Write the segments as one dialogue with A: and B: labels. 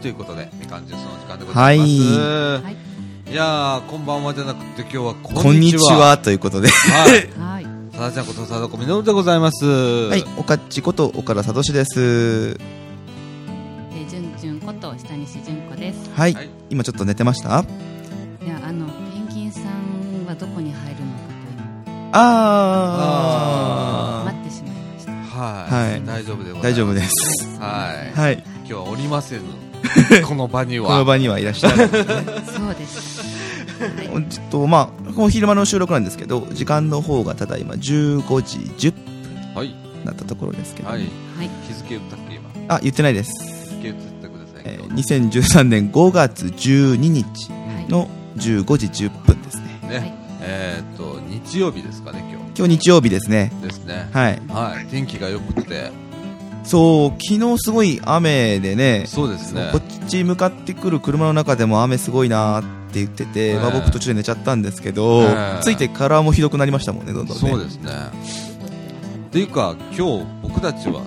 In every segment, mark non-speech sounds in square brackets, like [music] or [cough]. A: ということで、みかんジュースの時間でございます。、
B: はい
A: やー、こんばんはじゃなくて今日はこ
C: こ
A: ん
C: ん
A: に
C: に
A: ち
C: ち
A: は。
C: はということで。
A: はい。
B: はい。
A: さだちゃんことさだこみのるでございます。は
C: はい、おかっちこと岡田聡です。
B: えー、じゅんじゅんこと下西じゅんこです。
C: はい、
A: はい
C: 今ちょっと寝てました
B: いや、あの、ペンギンさんはどこに入るのかというのを
C: あ
B: 待ってしまいました。
A: はい。
C: はい
A: 大丈夫でご
C: ー。
A: ざい
C: 大丈夫
A: ま
C: です。
A: す。はい。
C: はい。
A: 今日はおりません。この場に
C: この
A: は。
C: 場にはいらっしゃる。
B: そうです。はい。
C: ちょっと、まあ、この昼間の収録なんですけど、時間の方がただ今15時10分
A: はい。
C: になったところですけど、
A: はい。
B: はい。
A: 日付打ったっけ今。
C: あ、言ってないです。
A: 日付打ってください。
C: えー2013年5月12日
B: はい
C: の15時10分ですね。
A: ね。
B: はい
A: えーっと、日曜日ですかね、今日。
C: 今日日曜日ですね。
A: ですね。
C: はい。
A: はい。天気が良くて。
C: そう、昨日すごい雨でね、
A: そうですね
C: こ。っち向かってくる車の中でも雨すごいなーって言ってて、
A: ええ
C: まあ、僕途中で寝ちゃったんですけど、
A: ええ
C: ついてからもひどくなりましたもんねどんどんね
A: そうですね。っていうか、今日僕たちは、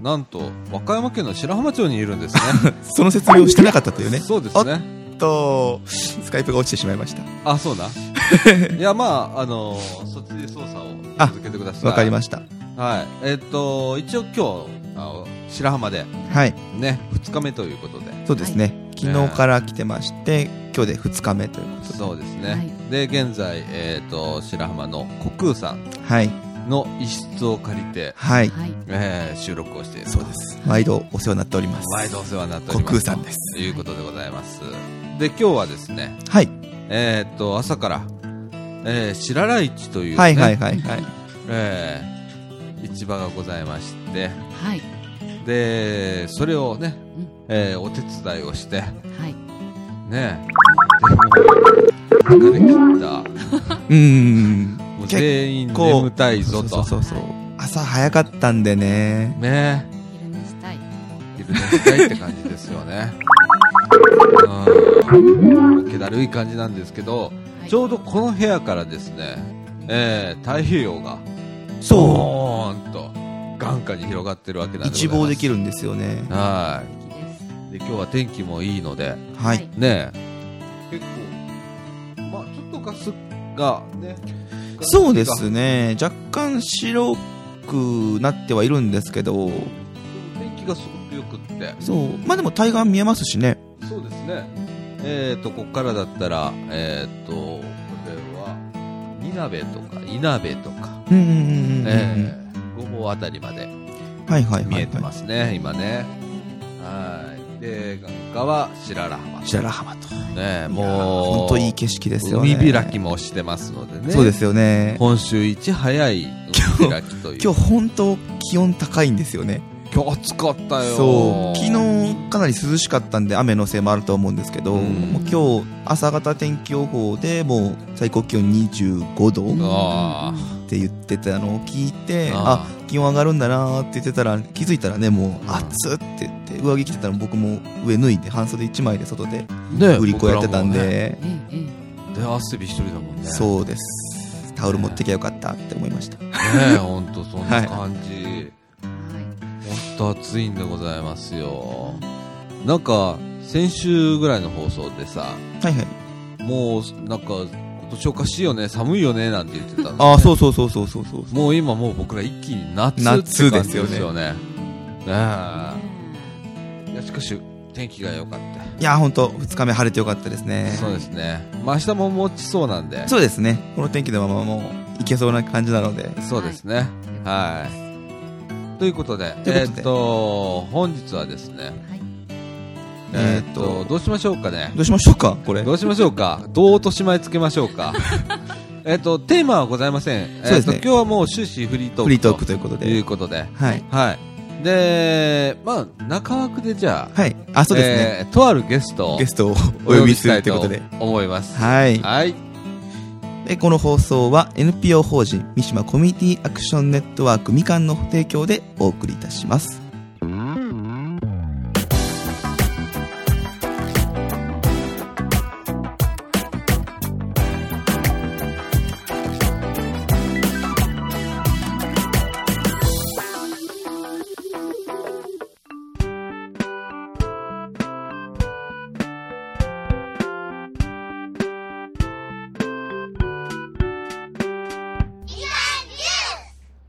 A: なんと、和歌山県の白浜町にいるんです
C: [laughs]
A: ね。
C: その説明をしてなかったというね
A: そうですね。
C: ちょっとスカイプが落ちてしまいました
A: あ、そうだ。 [laughs] いや、まあ、あのー、そっちで捜査を続けてください。。
C: わかりますした
A: はい。えーっと、一応今日、あの白浜で、
C: はい
A: ね、2日目ということで。
C: そうですね、昨日から来てまして今日で2日目ということ
A: そうですね。
B: はい
A: で、現在、えーっと、白浜の国空さん
C: はい
A: の一室を借りて、
C: はい
B: はい。
A: えー収録をしている。
C: そうです毎度お世話になっております
A: 毎度お世話になっております。
C: 国空さんです
A: ということでございます。で、今日はですね、
C: はい
A: えーっと、朝から、えー、白良市という、ね、
C: はいはいはいはい
A: えー市場がございまして、
B: はい。
A: で、それをね
B: うん、
A: えーお手伝いをして、
B: はい。
A: ね、でもう、中で切っ
C: うーん
A: た、もう
C: 結構
A: 全員眠たいぞ
C: そう
A: と、
C: そうそうそう朝早かったんでね
A: ね、
B: 昼寝したい。
A: 昼寝したいって感じですよね。うん、気だるい感じなんですけど、
B: はい。
A: ちょうどこの部屋からですね、えー太平洋が、
C: そ
A: ボーンと眼下に広がってるわけ
C: う
A: なんで
C: 一望でき
A: る
C: るんですよね
A: は
B: 素敵です。
A: いで今日は天気もいいので
C: はい
A: ねえ結構まあちょっとガスがね
C: そうですね若干白くなってはいるんですけど
A: 天気がすごくよくって
C: そうまあでも対岸見えますしね
A: そうですねえっ、ー、とこっからだったらえっ、ー、とこれはみなべとかいなべとか、
C: うんうんうんうんうん、
A: えー、午後あたりまで
C: はいはいはい、はい、
A: 見えてますね、今ねはいで眼下は白良浜
C: 白良浜と
A: ねえ
C: いやー
A: もう
C: ほんといい景色ですよね
A: 海開きもしてますのでね
C: そうですよね
A: 今週一早い海開きという
C: 今日本当気温高いんですよね
A: 今日暑かったよ
C: そう昨日かなり涼しかったんで雨のせいもあると思うんですけど、
A: うん
C: もう今日朝方天気予報でもう最高気温25度
B: うん
A: あ
C: って言ってたのを聞いて
A: あ
C: あ気温上がるんだなーって言ってたら気づいたらねもう暑って言って上着着てたら僕も上脱いで半袖1枚で外で
A: ね
C: 売り子やってたんで、
A: 僕らもね
B: ええ、え
A: で汗び一人だもんねう
C: そうですタオル持ってきゃよかったって思いました、
A: ねえ [laughs] ほんとそんな感じ、
B: え。は
A: ほんと暑いんでございますよなんか先週ぐらいの放送でさ
C: はいはい
A: もうなんか今年おかしいよね寒いよねなんて言ってたの、
C: ああそうそうそうそうそうそう
A: もう今もう僕ら一気に夏って感
C: 夏で
A: じ
C: す
A: で
C: よね
A: すよねねえ
B: い。。
A: いやしかし天気が良かった、
C: いや本当2日目晴れてよかったですね
A: そうですね、まあ、明日も持ちそうなんで
C: そうですねこの天気のままもういけそうな感じなので
A: そうですねはいということで
C: という
A: え
C: こと
A: ー
C: で
A: っと本日はですね
B: はい。
A: えー
C: えー
A: っ
C: っ
A: と
C: と
A: どうしましょうかね
C: どうしましょうかこれ
A: どうしましょうかどう落とし前つけましょう
C: [laughs]
A: かえーっとテーマはございません
C: そうですね
A: えーっと今日はもう終始フリートーク
C: フリートークということ
A: とい
C: で
A: うことで
C: はい
A: はいでまあ中枠でじゃあ
C: はいあそうですね、
A: えーとあるゲストを
C: ゲストをお
A: お
C: 呼びするということで
A: 呼びしたいと思います
C: はい
A: はい
C: でこの放送は NPO 法人三島コミュニティアクションネットワークみかんの提供でお送りいたします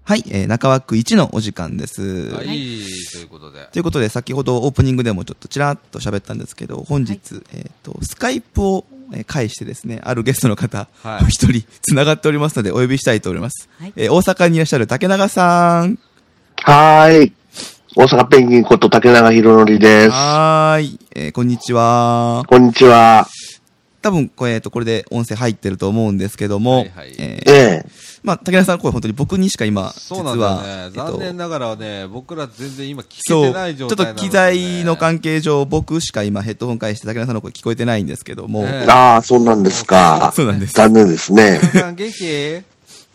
C: はい、えー中枠1のお時間です。
A: はい、
B: はい
A: ということで
C: ということで、先ほどオープニングでもちょっとちらっと喋ったんですけど、本日、えっ、と、スカイプをえー介してですね、あるゲストの方、
A: はい
C: お一人、つながっておりますので、お呼びしたいと思います。
B: はい
C: えー大阪にいらっしゃる竹永さん。
D: はーい。大阪ペンギンこと竹永宏典です。
C: はーい、えーこんにちは。
D: こんにちは。
C: 多分、これ、えーと、これで音声入ってると思うんですけども、
A: はいはい
C: えー
D: ええ。
C: まあ、竹永さん、これ本当に僕にしか今、実
A: そうなんだ
C: は、
A: よね
C: えーと
A: 残念ながらね僕ら全然今聞け
C: そう、
A: てない
C: ちょ
A: 状
C: っ
A: 態な
C: と
A: ので、ね、
C: 機材の関係上、僕しか今ヘッドホン返して、竹田さんの声聞こえてないんですけども、
A: ねえ
D: ああ、そうなんですか。
C: そうなんです。
D: 残念で
C: [laughs]
D: すね。
A: 皆さん元気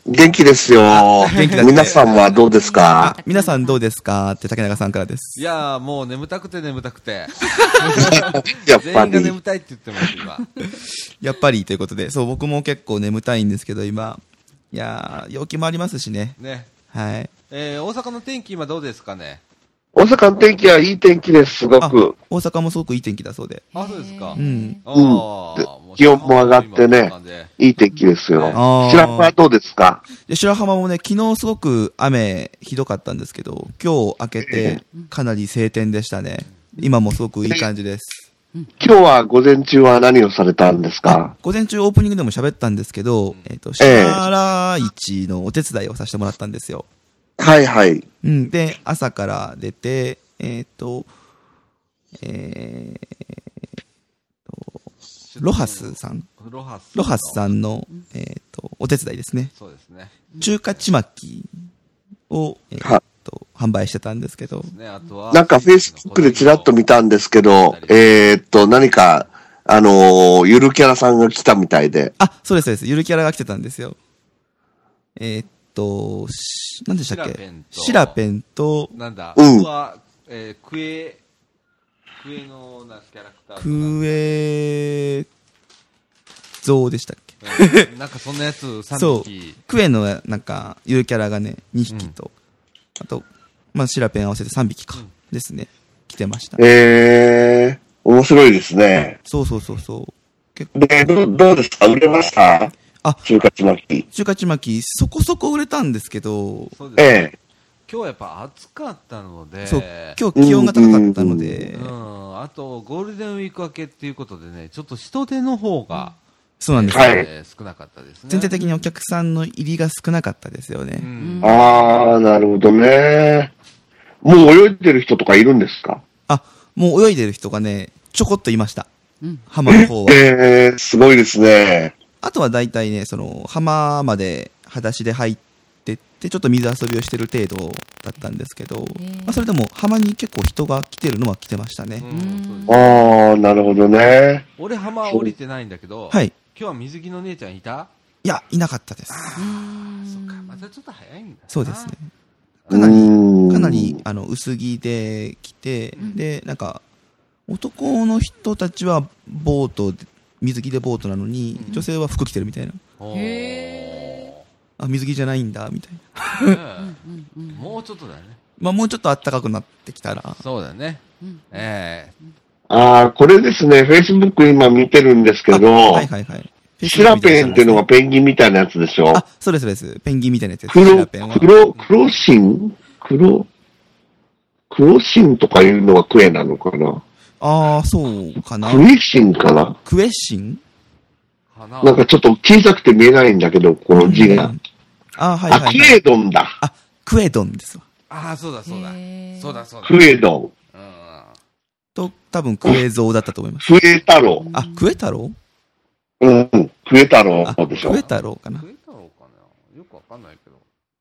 D: 元気ですよ。
C: 元気だね
D: 皆さんはどうですか
C: あ皆さんどうですかって竹中さんからです。
A: いやーもう眠たくて眠たくて
D: やっ
A: 全
D: ぱ
A: 員が眠
D: り。
A: たいって言ってます今
C: やっぱりということで、そう、僕も結構眠たいんですけど、今、いやー、陽気もありますしね。
A: ね
C: はい。
A: えー、大阪の天気今どうですかね
D: 大阪の天気はいい天気です、すご
C: あ、
D: く
C: 大。阪もすごくいい天気だそうで。
A: あそうですか
B: へー
C: うん
A: あーう
D: 気温も上がってね
A: 今で
D: いい天気ですよ。
C: あー
D: 白浜はどうですか
C: で、白浜もね、昨日すごく雨ひどかったんですけど、今日明けて、かなり晴天でしたね。今もすごくいい感じです。
D: 今日は午前中は何をされたんですか
C: 午前中オープニングでも喋ったんですけど、えっ、と、シャラ市のお手伝いをさせてもらったんですよ。
D: はいはい。
C: うん。で、朝から出て、えっ、と、えーと、ロハスさん。
A: ロハス
C: ロハス
A: ん
C: さんの、えっ、と、お手伝いですね。
A: そうですね
C: 中華ちまきを、えっ、
D: は
C: と、販売してたんですけど、
A: ねあとは
D: なんかフェイスブックでちらっと見たんですけど、えーっと、何か、あのーゆるキャラさんが来たみたいで。
C: あ、そうです、そうです。ゆるキャラが来てたんですよ。えっ、と、し、何でしたっ
A: シラペ
C: け
A: ンと
C: シラペンと、
A: なんだ、
D: うん
A: 僕は、えー、クエ、クエのなキャラクターと
C: クエゾウでしたっけ
A: か、うんなんかそんなやつ3
C: そう
A: 匹。。
C: クエのなんか、ゆるキャラがね、2匹と、あと、まあ、シラペン合わせて3匹か、ですね。来てました。
D: ええ面白いですね。
C: そうそうそうそう。結構、
D: で、どうどうですか売れました
C: あ
D: 中華ちまき。
C: 中華ちまき、そこそこ売れたんですけど、
A: そうです、
D: ええ
A: 今日やっぱ暑かったので、
C: そう、今日気温が高かったので
A: う、ん、あとゴールデンウィーク明けっていうことでね、ちょっと人手の方が、
C: そうなんですよ。
D: はい
A: えー少なかったですね。
C: 全体的にお客さんの入りが少なかったですよね。
A: うん、
D: ああ、なるほどね。もう泳いでる人とかいるんですか
C: あ、もう泳いでる人がね、ちょこっといました。
B: うん
C: 浜の方は。
D: ええすごいですね。
C: あとは大体ね、その、浜まで裸足で入ってって、ちょっと水遊びをしてる程度だったんですけど、
B: へー
C: まあ、それでも浜に結構人が来てるのは来てましたね。
A: うんそうです
D: ああ、なるほどね。
A: 俺浜降りてないんだけど、
C: はい。
A: 今日は水着の姉ちゃんいた
C: いや、いなかったです。
A: そっか、またちょっと早いんだな
C: そうですね。。
D: う
C: かなり
D: ーん
C: かなり、あの、薄着で来て、で、なんか、男の人たちはボートで、水着でボートなのに、女性は服着てるみたいな。
A: おー
B: へ
C: あ、水着じゃないんだ、みたいな。 [laughs]
A: ねもうちょっとだね。
C: まあ、もうちょっと暖かくなってきたら、
A: そうだね。
B: うん
A: え
D: ああ、これですね。Facebook 今見てるんですけど、
C: あはいはいはい。
D: シラペンっていうのがペンギンみたいなやつでしょ
C: あ、そうですそうです。ペンギンみたいなやつです。シ
D: 黒、
C: ラペンは。
D: 黒、黒芯黒、黒芯とかいうのがクエなのかな
C: ああ、そうかな。
D: クエ芯かな
C: クエシン
A: え花
D: なんかちょっと小さくて見えないんだけど、この字
C: う
D: が
C: ん。あーはい
D: あ、
C: は
D: ク
C: い、はい。
D: エドンだ。
C: あ、クエドンですわ。
A: ああ、そうだそうだ
B: へ。ー
A: そうだそうだ。
D: クエドン。
A: うん。
C: と、多分クエゾウだったと思います。
D: クエ太郎。
C: あ、クエ太郎
D: うん、クエ太郎
C: あ、
D: でし
C: ク
D: ょ
C: エ。太郎かな
A: 食。えたのかなよくわかんないけど。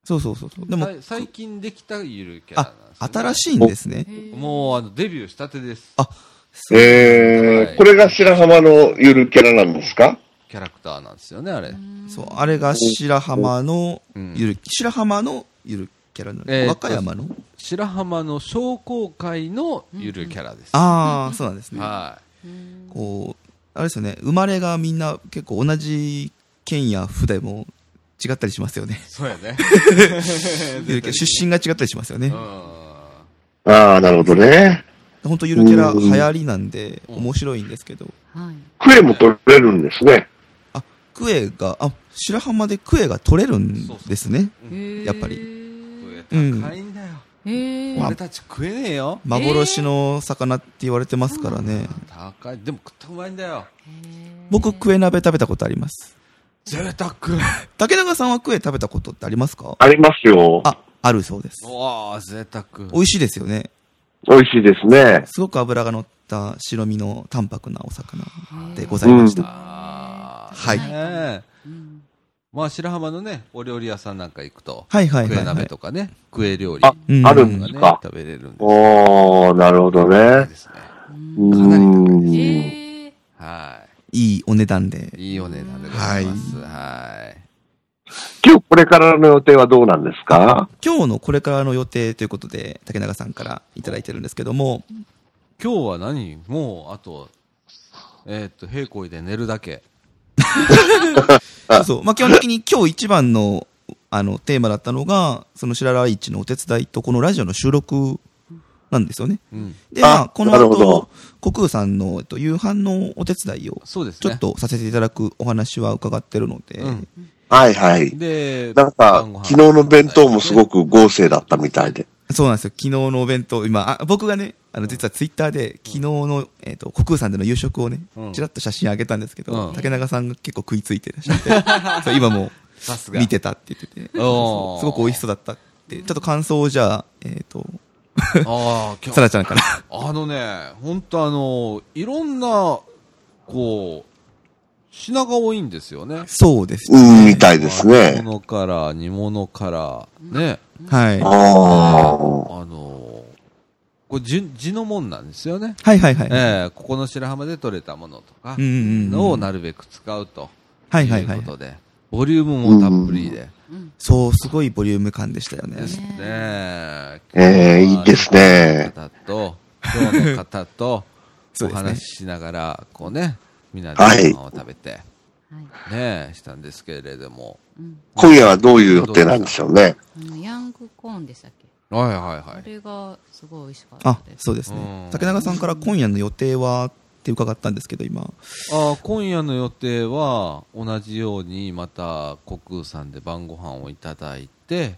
C: そうそうそうそう。で
A: で
C: も
A: も、、最近できたゆるキャラ
C: あ
A: なんです、
C: 新
A: し
C: しいんですね。
A: い。もう、あの、デビューしたてです。
C: あそう
D: え
A: はい
D: ー、これが白浜のゆるキャラなんですか
A: キャラクターなんですよね、あれ。
C: そう、あれが白浜の
A: うん
C: ゆる、白浜のゆるキャラなの、
A: えー
C: 和歌山の
A: 白浜の商工会のゆるキャラです。
C: ああ、そうなんですね。
A: は
C: こう、あれですよね、生まれがみんな結構同じ県や府でも違ったりしますよね
A: い。。そうやね。
C: ゆるキャラ出身が違ったりしますよね
A: う。ん。
D: ああ、なるほどね。
C: 本当ゆるキャラ流行りなんで、面白いんですけど。
B: はい
D: クエも取れるんですね。
C: あ、クエが、あ、白浜でクエが取れるんですね。
B: へー
C: やっぱり
B: へー
A: 上高いんだよ。
B: ええ
C: まあ
A: 俺たち食えねえよ。
C: 幻の魚って言われてますからね。
A: 高い。でも食ったうまいんだよ。
C: 僕、クエ鍋食べたことあります。
A: 贅沢。
C: 竹中さんはクエ食べたことってありますか
D: ありますよ。
C: あ、あるそうです。
A: おー、贅沢。
C: 美味しいですよね。
D: 美味しいですね。
C: すごく脂が乗った白身の淡白なお魚でございました。
A: あー
C: はい
A: ねえまあ、白浜のね、お料理屋さんなんか行くと、
C: はいはい
A: ク
C: は
A: エ
C: い、は
A: 鍋
C: い。
A: とかね、クエ料理
D: あ
A: と、
C: うん
D: ある
A: か
D: んで
A: ね
D: すか。
A: 食べれるんで
D: おー、なるほどね。
A: ですね。
D: う
A: かなり高
D: ーん。
B: ええ
A: はい
C: いお値段で。
A: い。いいお値段でございます。はい。
D: 今日これからの予定はどうなんですか
C: 今日のこれからの予定ということで、竹中さんからいただいてるんですけども、
A: 今日は何もう、あと、えーっと、平行で寝るだけ。
C: そう。まあ、基本的に今日一番の、あの、テーマだったのが、その白良一のお手伝いと、このラジオの収録なんですよね。
A: うん。
C: で、まあ、
D: あ
C: この
D: なるほ
C: 後
D: ど、
C: コクーさんの、えっと、夕飯のお手伝いを、
A: そうです
C: ち
A: ね。
C: ょっとさせていただくお話は伺ってるので、
A: うん
D: はいはい。
A: で、
D: なんか
A: 晩ご、飯
D: 昨日の弁当もすごく豪勢だったみたいで。
C: そうなんですよ。昨日のお弁当、今、あ僕がね、あの、実はツイッターで、昨日の、えっと、コクーさんでの夕食をね
A: うん、
C: ちらっと写真あげたんですけど、
A: うん
C: 竹中さんが結構食いついてらっし
A: [laughs]
C: ゃって、そう今もう、
A: さすが。
C: 見てたって言ってて、
A: おー
C: そうすごく美味しそうだったって、ちょっと感想をじゃあ、えっ、と、
A: ああ、今日、
C: さらち
A: [laughs]
C: ゃんから。
A: あのね、本当あの、いろんな、こう、品が多いんですよね。
C: そうです
D: う
C: ね。
D: ん、みたいです
A: 揚げ
D: ね。
A: 物から、煮物から、ね。
C: はい。は
D: あー。
A: あの、これ地、地のもんなんですよね。
C: いはいはい。
A: ええここの白浜で取れたものとか
C: うん、うんうん。
A: のをなるべく使うと。
C: はいはいはい
A: いうこ。とで、ボリュームもたっぷりで。
B: うん
C: そう、すごいボリューム感でしたよね
A: で。すね。
D: ええいいですね
A: 今日の方と、今日の方 [laughs] と、
C: そ
A: お
C: うですね
A: 話。ししながら、こうね、みんなで
D: はい
A: ご飯を食べて、
B: はい
A: ね、したんですけれども。
B: うん
D: 今夜はどういう予定なんでしょうね。
B: あのヤングコーンでしたっけ
A: はいはいは
B: こ
A: い。
B: れがすごい美味しかった
C: あ、
B: です
C: そうです
A: う
C: ね
A: ん。
C: 竹中さんから今夜の予定はって伺ったんですけど、今。
A: あー今夜の予定は、同じように、また、国空さんで晩ご飯をいただいて、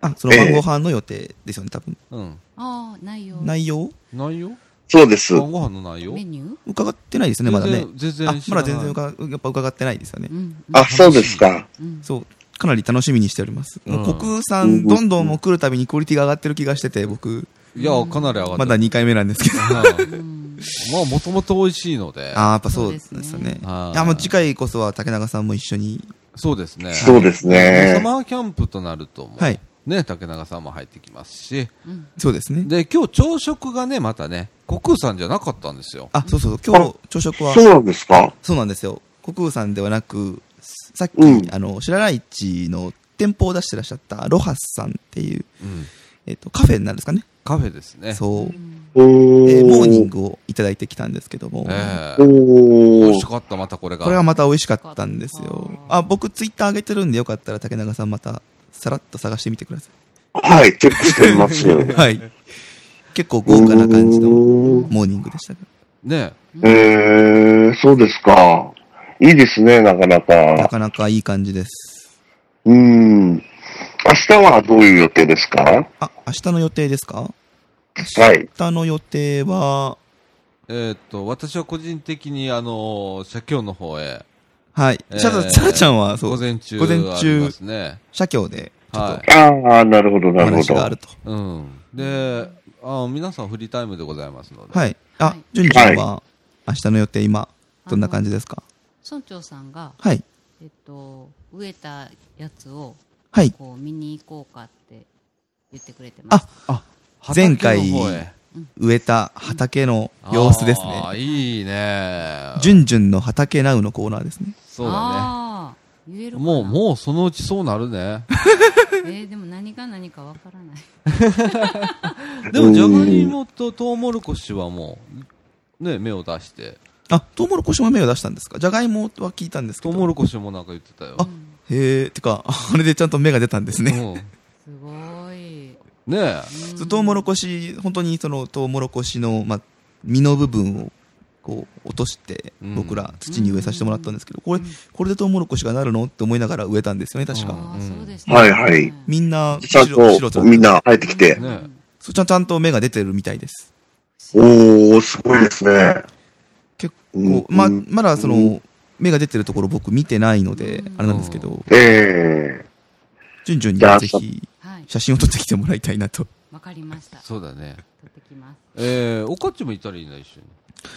C: あ、その晩ご飯の予定ですよね、多分。
A: うん。
B: ああ内容
C: 内容
A: 内容
D: そうです。
A: 晩ご飯の内容
B: メニュー
C: 伺ってないですね、まだね。
A: 全然全
C: あ
A: 然、知
C: ま
A: ら
C: だ
A: ない
C: 全然伺うやっぱ伺ってないですよね
B: う。ん
D: あ、そうですか。
B: うん
C: そう。かなり楽しみにしております。
A: うん
C: もう国さん、どんどんもう来るたびにクオリティが上がってる気がしてて、僕、
A: いや、かなり上がった。
C: まだ2回目なんです [laughs] けど。
A: うん
B: うん
A: まあ、もともと美味しいので。
C: ああ、やっぱそうですね。
A: はい
C: いや、もう次回こそは竹中さんも一緒に。
A: そうですね。
D: そうです
A: サ
D: ね。
A: マーキャンプとなるともう、
C: はい
A: ね、竹中さんも入ってきますし、
B: うん
C: そうですね。
A: で、今日朝食がね、またね、国空さんじゃなかったんですよ。
C: あ、そうそうそう、今日朝食は
D: そう、なんですか。
C: そうなんですよ。国空さんではなく、さっき、
D: うん
C: あの、白良市の店舗を出してらっしゃったロハスさんっていう、
A: うん
C: えっ、と、カフェになるんですかね。
A: カフェですね。
C: そう。
D: お
C: で、モーニン
D: ー。
C: グをいただいてきたんですけども、
A: ええ美
D: お
A: 味し
D: ー。
A: かった、またこれが。
C: これがまた美味しかったんですよ
B: よ。
C: あ、僕ツイッター上げてるんでよかったら竹中さんまたさらっと探してみてくださ
D: はい、チェックして
C: [laughs]
D: みますよ。
C: い。はい。結構豪華な感じのモーニングでした。
A: ね。
D: えー、そうですか。いいですね、なかな
C: な
D: か。
C: かなかいい感じです。
D: うん。明日はどういう予定ですか
C: あ、明日の予定ですか
D: はい。
C: 明日の予定は、
A: えーっと、私は個人的に、あのー、社協の方へ。
C: はい。
A: えー
C: チャラチャラちゃんは、そ
A: 午
C: う、
A: 前中。
C: 午前
A: あり
C: 中
A: ますね。
C: 社協で、ちょっ
A: は
C: と
D: ああ、なるほど、
C: お
D: なるほ
C: 話
D: ど。
C: があ
D: は
C: ると。
A: い。うん。で、あ皆さんフリータイムでございますので。
C: はい。
B: は
C: あ
B: い、
C: 純ちゃんは、明日の予定今、どんな感じですか
B: 村長さんが、
C: はい。
B: えっと、植えたやつを
C: はい。
B: こう見に行こうかって言ってくれてます
C: あ、
A: 畑の方へ
C: 前回植えた畑の様子です
A: あー
C: ね。
A: いいね。
C: 純々の畑ナウのコーナーですね。
A: そうだ
B: あー言え
A: ね。
B: るかな
A: もう、もうそのうちそうなるね。
B: えー、でも何が何かわからない。
A: でも、じゃがいもとトウモロコシはもう、ね、芽を出して。
C: あ、トウモロコシも芽を出したんですかじゃがいもは聞いたんですけ
A: トウモ
C: ど。
A: ロコシもなんか言ってたよ。
C: あ、へえ、てか、 [laughs] あれでちゃんと芽が出たんです
A: う
C: ね。
A: ん。
B: すごい。
A: ねえ。
C: そうトウモロコシ、本当にそのトウモロコシの、ま、実の部分をこう落として
A: うん
C: 僕ら土に植えさせてもらったんですけど、これ
B: うん
C: これでトウモロコシがなるのって思いながら植えたんですよね確か、
B: あーそうですね
D: はいはい
C: みんな
D: ちゃん
C: 白白
D: とみんな生えてきて。
A: ね
C: そうちゃんちゃんと芽が出てるみたいです
D: おー、すごいですね。
C: 結
D: うん
C: 構、ま
D: うん
C: まだそうの芽が出てるところ僕見てないのであれなんですけど
D: ええ
C: 順々に
D: じゃあ
C: ぜひ
B: はい。
C: 写真を撮ってきてもらいたいなと
B: わかりました。取
A: そうだね。
B: ってきます。
A: えー、おかっちもいたらいいな、一緒に。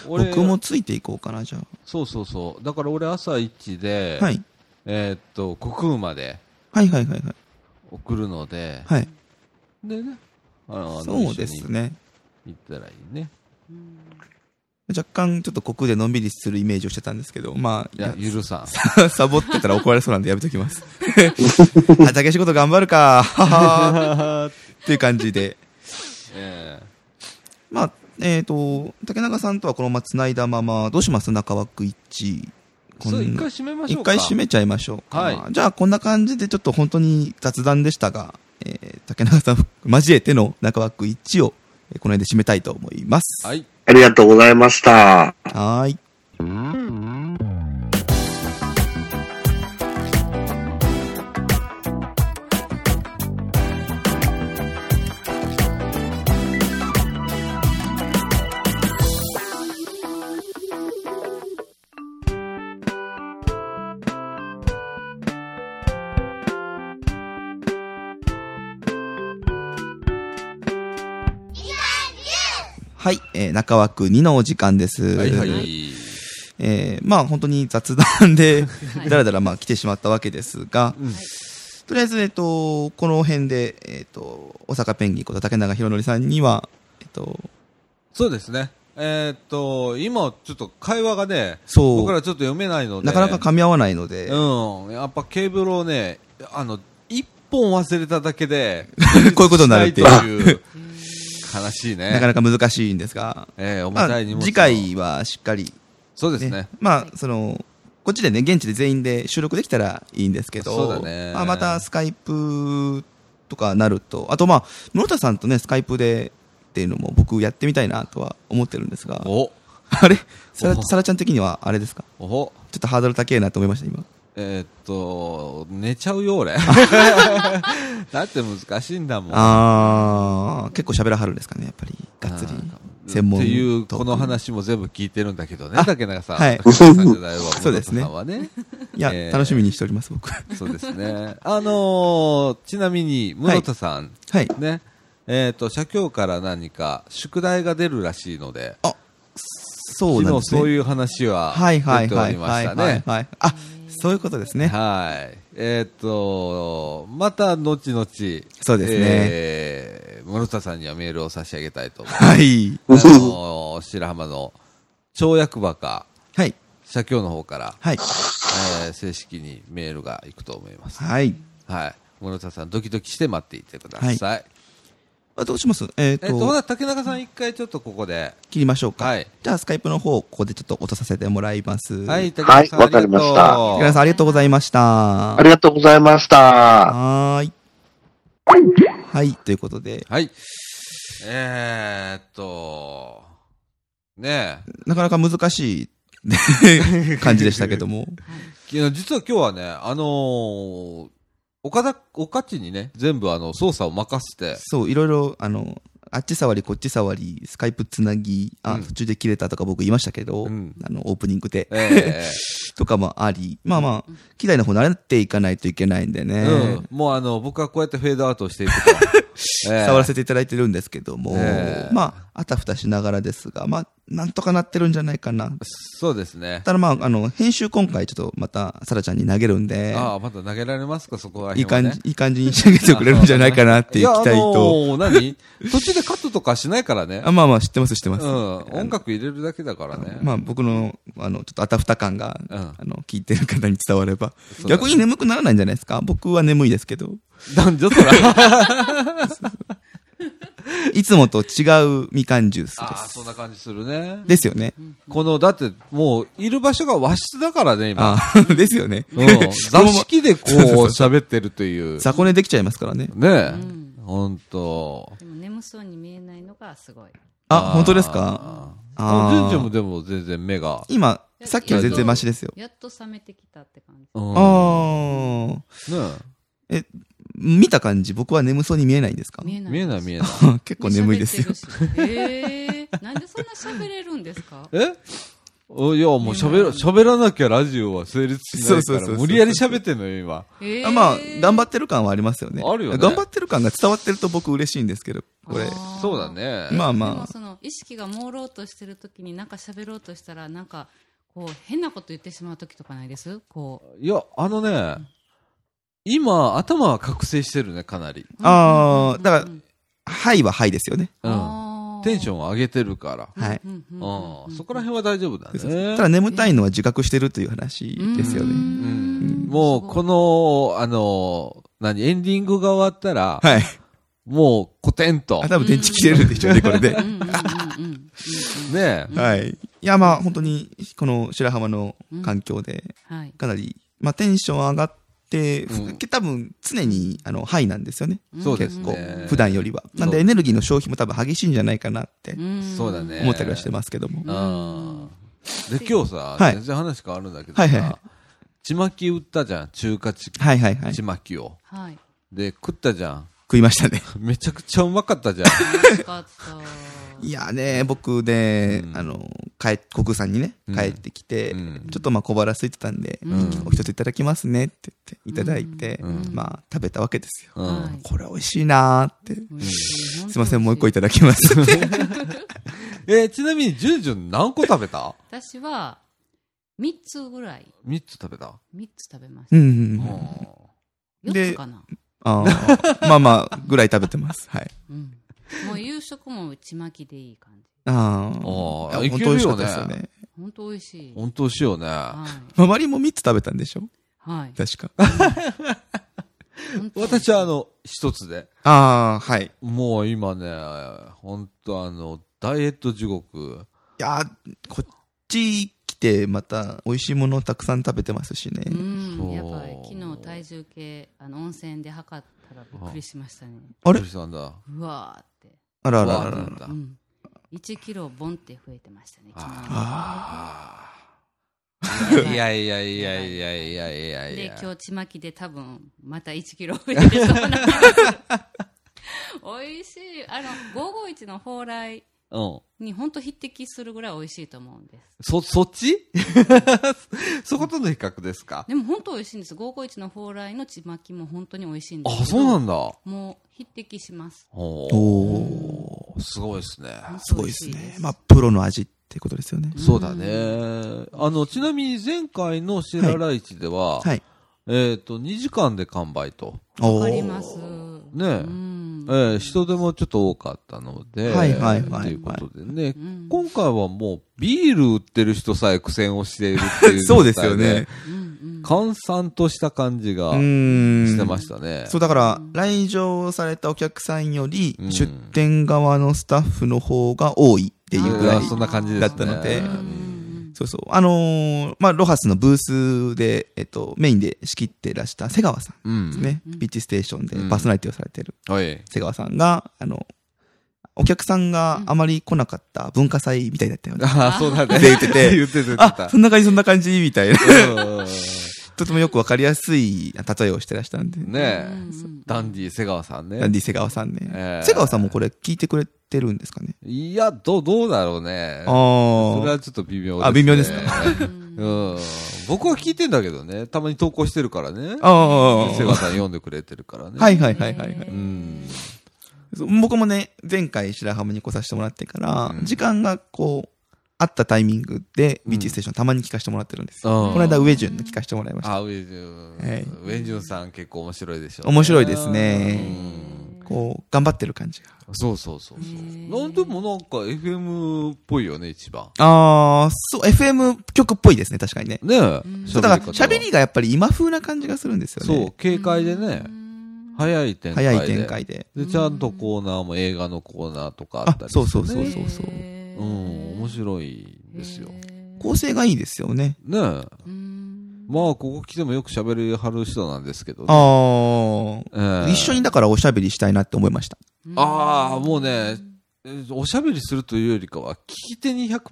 A: 俺
C: 僕もついていこうかなじゃ
A: そうそうそう。だから俺朝一で、
C: あ、はい、
A: えーっと、国空まで
C: はいはいはいはい
A: 送るので、
C: はい
A: でね、あの、
C: そうです。ね
A: 行ったらいいね。
B: うん
C: 若干ちょっとコクでのんびりするイメージをしてたんですけどまあ
A: いや、ゆるさん。
C: [laughs] サボってたら怒られそうなんでやめと
A: [laughs]
C: きます。畑仕事頑張るか、ははーっていう感じで。
A: え
C: まあ、えっ、と、竹中さんとはこのまま繋いだまま、どうします中枠1。
A: ー、そう、一回閉めましょ
C: 一
A: うか。
C: 回閉めちゃいましょうか。
A: は
C: じゃあ、こんな感じでちょっと本当に雑談でしたが、えー竹中さん交えての中枠1を、えーこの辺で締めたいと思います。
A: はい。
D: ありがとうございまし
C: は
D: た。
C: ーい。はい。えー中枠2のお時間です。
A: はいはい。
C: えーまあ本当に雑談で
B: はい、
C: だらだらまあ来てしまったわけですが、
A: うん
C: とりあえず、えっと、この辺で、えっと、大阪ペンギンこと竹永宏典さんには、えっと、
A: そうですね。えー、っと、今、ちょっと会話がね、
C: そ
A: 僕
C: う、
A: らちょっと読めないので、
C: なかなか噛み合わないので、
A: うん、やっぱケーブルをね、あの、一本忘れただけで、
C: [laughs] こういうことになるってい
A: しい
C: う
A: という悲しいね。
C: なかなか難しいんですが、
A: えー、重
C: ま
A: た
C: あ
A: い荷物を
C: 次回はしっかり、
A: そうですね
C: ね。、まあその、こっちでね、現地で全員で収録できたらいいんですけど、
A: そうだね
C: まあまたスカイプとかなると、あとまあ、室田さんとね、スカイプでっていうのも僕やってみたいなとは思ってるんですが、
A: お、
C: あれ [laughs] さ
A: お
C: ら、さらちゃん的にはあれですか
A: おほ、
C: ちょっとハードル高えなと思いました、今。
A: えー、っと、寝ちゃうよ、
C: [laughs]
A: 俺。だって難しいんだもん。
C: あー、結構喋らはるんですかね、やっぱり。がっつり
A: うん。
C: 専門
A: っていう、
C: トーク
A: この話も全部聞いてるんだけどね、
C: あ
A: 竹中さん。
C: はい
A: 竹中さんじゃないわ、
C: [laughs] そうですね
A: 室田さんはね。
C: いや、
A: えー
C: 楽しみにしております、僕。 [laughs]
A: そうですね。あのーちなみに、室田さん、
C: はい。
A: ね、えっ、と、社協から何か宿題が出るらしいので、
C: そうなんです
A: 昨日そう
C: ね。
A: いう話は
C: はいは
A: 出
C: い
A: てお
C: は
A: り
C: い
A: ま
C: は
A: し
C: い
A: た
C: はい
A: ね。
C: はい。あ、そういうことですね。
A: はい。えっ、と、また後々、
C: そうですね
A: えー室田さんにはメールを差し上げたいと思います。
C: はい。 [laughs]
A: あのー白浜の町役場か、
C: はい。
A: 社協の方から、
C: はい。
A: えー正式にメールが行くと思います。
C: はい。
A: はい。室田さん、ドキドキして待っていてください。
C: あどうしますえっ
A: えっ、と、ほ
C: と、
A: な、竹中さん一回ちょっとここで、
C: 切りましょう
A: は
C: か
A: い。
C: じゃあ、スカイプの方、ここでちょっと落とさせてもらいます。
A: はい、竹
D: は
A: 中
D: い
A: さんあ
D: わかりました
A: りがとう
C: 皆さん、ありがとうございました
D: あ。りがとうございました。
C: はーい。はい、ということで、
A: はい。えー、っと、ねえ、
C: なかなか難しい感じでしたけ
A: [laughs]
C: ども。
A: き実は今日はね、あのー岡田、岡地にね、全部あの、操作を任せて、
C: そう、いろいろ、あの、あっち触り、こっち触り、スカイプつなぎ、あ、
A: うん
C: 途中で切れたとか僕言いましたけど、
A: うん
C: あの、オープニングで、 [laughs]
A: え
C: とかもあり、まあまあ、機材の方慣れていかないといけないんで
A: え
C: ね、
A: うん。もうあの、僕はこうやってフェードアウトしてい
C: [laughs]
A: くから。ええ
C: 触らせていただいてるんですけども、
A: ええ
C: まあ、あたふたしながらですが、まあ、なんとかなってるんじゃないかな。
A: そうですね。
C: ただまあ、あの、編集今回ちょっとまた、サラちゃんに投げるんで、
A: ああ、まだ投げられますか、そこは、
C: いい感じ、いい感じに仕上げてくれるんじゃないかなっていう期待
A: いや、あ
C: と、
A: のー何途中でカットとかしないからね。
C: あまあまあ、知ってます、知ってま
A: う
C: す。
A: ん。音楽入れるだけだからね。
C: まあ僕の、あの、ちょっとあたふた感が、
A: うん
C: あの、聞いてる方に伝われば。
A: そうだね
C: 逆に眠くならないんじゃないですか僕は眠いですけど。
A: なんじゃそら。
C: いつもと違うみかんジュース
A: ああ、
C: です。
A: そんな感じするね。
C: ですよね。
A: この、だって、もう、いる場所が和室だからね、今。
C: あ [laughs] あ、ですよね。
A: うん。座敷でこう、喋ってると [laughs] いう。
C: 雑魚寝できちゃいますからね。
A: ね
B: ん
A: え。ほんと。
B: でも眠そうに見えないのがすごい。
C: あ、本当ですか
A: あ
C: あ
A: ジ
C: ー
A: ュンちゃんもでも全然目が。
C: 今、さっきは全然マシですよ。
B: やっと冷めてきたって感じ。
A: うん
C: ああ。
A: ね
C: 見た感じ、僕は眠そうに見えないんですか
B: 見え
A: え
B: ない。
A: 見えない見
B: え
A: えない。
C: あ [laughs] 結構眠いですよ。。
B: ええー、なんでそんな喋れるんです
A: [laughs]
B: か
A: えおいや、もう喋ら、喋らなきゃラジオは成立しない
C: そうそう
A: か
C: そう
A: ら、
C: そう
A: 無理やり喋ってんのよ、今。
B: ええ
C: あまあ、頑張ってる感はありますよね。
A: あるよね
C: 頑張ってる感が伝わってると僕嬉しいんですけど、これ。
B: あー
A: そうだね。
C: まあまあ
B: でもその意識が朦朧としてる時になんか喋ろうとしたらなんかこう変なこと言ってしまう時とかないですこう
A: いや、あのね、今、頭は覚醒してるね、かなり。
C: あーだから
B: うんうん
C: はいははいですよね。
B: う
A: うんん。
B: あー
A: テンションを上げてるから。
C: はい
B: うんうんうん
A: うん。そこら辺は大丈夫だね。
C: ただ眠たいのは自覚してるという話ですよ
B: う
C: ね。
B: ん
A: もう、この、あの、何、エンディングが終わったら、
C: はい。
A: もう、コテンと
C: あ、。多分電池切れるんでしょうね、これで
A: [laughs]
B: う。んうんうんうんうん
A: ね
B: うん
C: はい。いや、まあ、本当に、この白浜の環境で、
B: はい
C: かなり、まあ、テンション上がって、ふ
A: うん
C: 多分、常に、あの、ハイなんですよね。
A: そうです
C: 結
A: ね
C: 構、普段よりは。なんで、エネルギーの消費も多分激しいんじゃないかなって
B: うん
A: そうだね
C: 思ったりはしてますけども。
A: うん。で、今日さ、
C: はい
A: 全然話変わるんだけど
C: はいはいは
A: さ、ちまき売ったじゃん、中華ち
C: はいはいはい。
A: ち
C: 食
A: まきを。
B: はい
A: で、食ったじゃん。 [laughs]
C: いましたね。
A: めちゃくちゃうまかったじゃん。
B: 楽しかった
C: いやね、僕ね、
A: うん
C: あの、帰、国産にね、
A: うん
C: 帰ってきて、
A: うん
C: ちょっとまあ小腹空いてたんで、
A: ん
C: お一ついただきますねって言って、いただいて、
A: うん
C: まあ食べたわけですよ。
A: うん
B: はい
C: これ美味しいなーって。
B: 美味しい
C: すいません、もう一個い
B: た
C: ただきます。
A: [laughs] えーちなみに、ジュンジュン何個食べた
B: 私は3つぐらい
A: ?3 つ食べた。
B: 3つ食べまし
C: う
B: た
C: んう
A: うん
C: ん。
B: 4つかな
C: あーまあまあ、ぐらい食べてます。はい。
B: うんもう夕食もちまきでいい感じ。
C: あ
A: あ
C: あ。
A: ー
C: いや本当美味しかったですよ
A: いけるよ
C: ね。
B: 本当美味しい。
A: 本当美味しいよね。
B: は
C: 周りも3つ食べたんでしょ
B: い。はい。
C: 確か。
A: 私はあの、一つで。
C: ああ、はい。い
A: もう今ね、本当あの、ダイエット地獄。
C: やー、こっち来てまた美味しいものをたくさん食べてますしね。
B: うん
A: そう
B: やっぱり昨日体重計あの温泉で測ったらびっくりしましたね
C: あれ
A: ジュンジュンさんだ。
B: うわーって、
C: あらあら
A: わ
C: あ
A: あ
C: ら
A: な
C: あ
A: ん
C: ら。
A: だ
B: うん、1キロボンって増えてましたね昨
A: あ
B: 日
A: ーいやいやいやいやいやいやい
B: で
A: や。
B: 今日ちまきで多分また1キロ増えてそうな [laughs] 美味しいあの551の蓬莱
A: うん。
B: に本当匹敵するぐらい美味しいと思うんです
A: そ、そっち [laughs] そことの比較ですか
B: でも本当美味しいんです551の蓬莱のちまきも本当に美味しいんです
A: あ、そうなん
B: だ
A: だ。
B: もう匹敵します
A: おー
C: おー。
A: すごいですね。
C: すごいですね。まあ、プロの味ってことですよね。
A: そうだね。あの、ちなみに前回のシェラライチでは、
C: はい。
A: えっ、と、2時間で完売と。
C: お
B: わか
C: ー
B: ります。
A: ねえ
B: うん
A: えー人手もちょっと多かったので、
C: はいはいはいはい
A: ということでね、
B: ん
A: 今回はもうビール売ってる人さえ苦戦をしているっていう
C: [laughs] そうですよね。
B: うんうん
A: 閑散とした感じが
C: う
A: し
C: ーん。
A: てましたね。
C: そう、だから、来場されたお客さんより
A: う、ん
C: 出店側のスタッフの方が多いっていうぐら
A: あ
C: い
A: ー。そんな感じですね。
C: だったので
A: う
B: うんうんん
C: そうそう。あのーまあ、ロハスのブースで、えっと、メインで仕切ってらした瀬川さんで
A: うん。
C: すね。
B: うん
C: ピッチステーションで
A: うん
C: パーソナリティをされてる
A: はい。 [laughs]
C: 瀬川さんが、あの、お客さんがあまり来なかった文化祭みたいだったよね。
A: ああ、そうだね。
C: って言ってて
A: [laughs] 言ってた、言って
C: あ
A: た、
C: そ。んな感じ、そんな感じ、みたいな。
A: う
C: とてもよくわかりやすい例えをしてらしたんで。
A: んね
B: うんうん
A: え、ダンディ瀬川さんね。
C: なんで瀬川さん
A: え
C: ね。
A: ー
C: 瀬川さんもこれ聞いてくれてるんですかね。
A: いや、どう、どうだろうね。
C: あ
A: それ
C: ー
A: はちょっと微妙です、ね。
C: あ微妙ですか
A: うん。僕は聞いてんだけどね。たまに投稿してるからね。
C: あ
A: 瀬川
C: ー。
A: さん読んでくれてるからね。
C: はいはいはいはいは
A: う
C: い。
A: ん。
C: そう僕もね、前回白浜に来させてもらってから
A: う、ん
C: 時間がこう、あったタイミングで、
A: うん
C: ビーチステーションたまに聞かせてもらってるんですよ。
A: こ
C: この間、上順の聞かせてもらいました。
A: あ、ウェジュン。
C: はい
A: ウェジュンさん結構面白いでしょ、
C: 面白いですね
A: うん
C: こう、頑張ってる感じが。
A: そうそうそうそう。なんでもなんか FM っぽいよね、一番。
C: あー、そう、FM 曲っぽいですね、確かにね。
A: ねえ。
C: そう、だから、
A: 方は
C: 喋りがやっぱり今風な感じがするんですよ
A: そう
C: ね。、
A: 軽快でね、早い展開で。
C: 早い展開で。
A: で、ちゃんとコーナーも映画のコーナーとかあったり、ね、
C: あそうそうそう
A: う。
C: そうそう
A: うん、面白いですよ。
C: 構成がいいですよね。
A: ねえ。
B: うん
A: まあ、ここ来てもよく喋りはる人なんですけどね。
C: あー。
A: ええ
C: 一緒にだからおしゃべりしたいなって思いました。
A: ああ、もうね、えーおしゃべりするというよりかは、聞き手に100%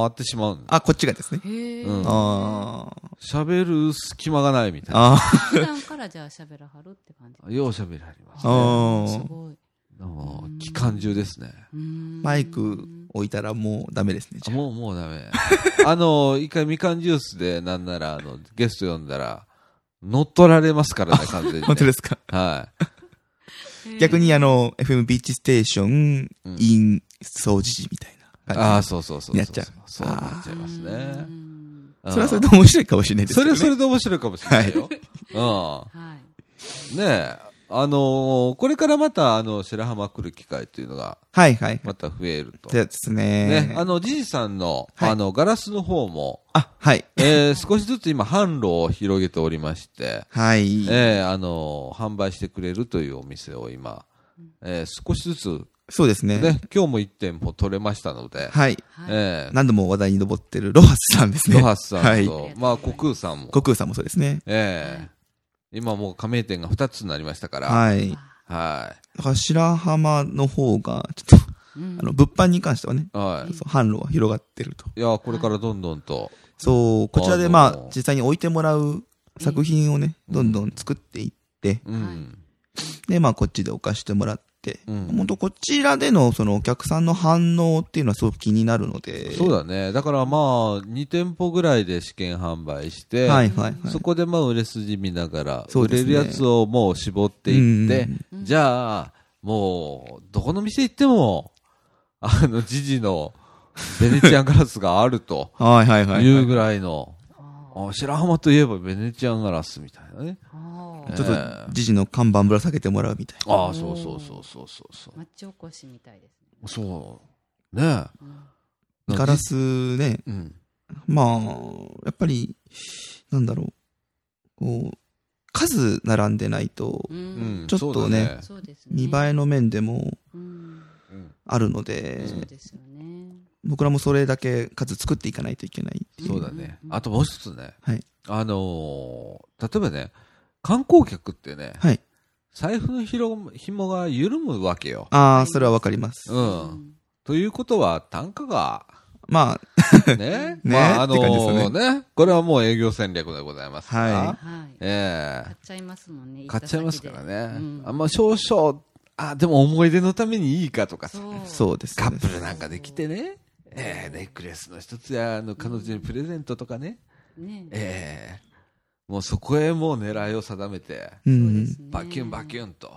A: 回ってしまうんだ
C: あ、こっちがですね。
B: へえ、
A: うん
C: あー
A: 喋る隙間がないみたいな。
C: あー。
B: 普段からじゃあ喋らはるって感じ。
A: よう喋られました。
C: あー
B: すごい。
A: も
B: う
A: うん期間中ですね。
C: マ
B: マ
C: イク置いたらもうダメですね。じゃあ
A: もう、もうダメ。 [laughs] あの、一回みかんジュースで、なんなら、あの、ゲスト呼んだら、乗っ取られますからね、完全に、ね。
C: 本当ですか
A: はい。
C: 逆にあの、FM ビーチステーショ
A: う
C: ン、
A: ん
C: イン、掃除時みたいな
A: あ
C: 感
A: あ、
C: じ。
A: そうそうそうそう。
C: やっちゃう
A: そうなっちゃいますね。うん
C: それはそれで面白いかもしれないです
A: それ
C: けど、
A: は
C: ね。
A: それで面白いかもしれないよ。うん。
B: はい。
A: ねえ、あのーこれからまた、あの、白浜来る機会というのが、
C: はいはい。
A: また増えると。
C: じゃあですね。
A: ね、あの、じじさんの、
C: はい
A: あの、ガラスの方も、
C: あ、はい。 [laughs]
A: えー少しずつ今、販路を広げておりまして、
C: はい。
A: えーあのー販売してくれるというお店を今、えー少しずつ、
C: そうですね。
A: ね、今日も1店舗取れましたので、
C: はい。
B: はい。
A: えー
C: 何度も話題に上ってるロハスさんですね。
A: ロハスさんと、
C: はい。
A: まあ、悟空さんも、
C: 悟空さんもそうですね。
A: えー今もう加盟店が2つになりましたから、はい。
C: は
A: は
C: い。
A: い。
C: だから白浜の方が、ちょっと、あの、物販に関してはね、そう販路が広がってると。
A: いや、これからどんどんと、
C: そう、こちら
A: あ
C: で
A: の
C: まあ、実際に置いてもらう作品をね、どんどん作っていって、
A: うん。
B: はい
C: で、まあ、こっちで置かしてもらって、
A: うん
C: 本当こちらでの、その、お客さんの反応っていうのはすごく気になるので。
A: そうだね。だからまあ、2店舗ぐらいで試験販売して、
C: はいはいはい。
A: そこでまあ売れ筋見ながら、
C: そう
A: 売
C: で
A: れ
C: す
A: る
C: ね
A: やつをもう絞っていって
C: うん、
A: じゃあ、もう、どこの店行っても、あの、ジジのベネチアンガラスがあると
C: はいはいはいはい。
A: いうぐらいの、
B: あ
A: あ白浜といえばベネチアンガラスみたいなね。
B: ーあ
A: え
B: ー。
C: ちょっと、時事の看板ぶら下げてもらうみたいな。
A: ああ、そうそうそうそうそうそ
B: 町おこしみたいですね。
A: う。そう。ねえ。
C: ガラ。スね、
A: うん。
C: まあ、やっぱり、なんだろう。こう、数並んでないと
B: う、。
A: うんん
C: ちょっとね
A: そうだ
B: そうですね。
C: 見栄えの面でも
B: うん。
A: うん
C: あるので、
B: そうですよね。
C: 僕らもそれだけ数作っていかないといけないっていう。
A: そうだね
B: う。ん
A: あともう一つね。
C: はい
A: あのー例えばね、観光客ってね、
C: はい。
A: 財布のひろ紐が緩むわけよ。
C: ああ、それはわかります。
A: う。。
B: うん
A: ということは、単価が、
C: ま。
A: ねまあ、あ
C: って
A: の
C: 感じです
A: ー
C: よ
A: ね。これはもう営業戦略でございますから。
C: はい
B: はい。
A: え
B: 買っちゃいますもんね。
A: え買っちゃいますから
B: 行った
A: ね
B: 先で。うん
A: あんま少々、あ、でも思い出のためにいいかとかさ。
C: あ、
B: そう。
C: そうです、
A: カ
C: ね。
A: ップルなんかできてね。ええネックレスの一つや、あの、彼女にプレゼントとかね。
B: ね。
A: ええもうそこへもう狙いを定めて、
C: う
B: そうで
C: ん
B: す。ね
A: バキュンバキュンと。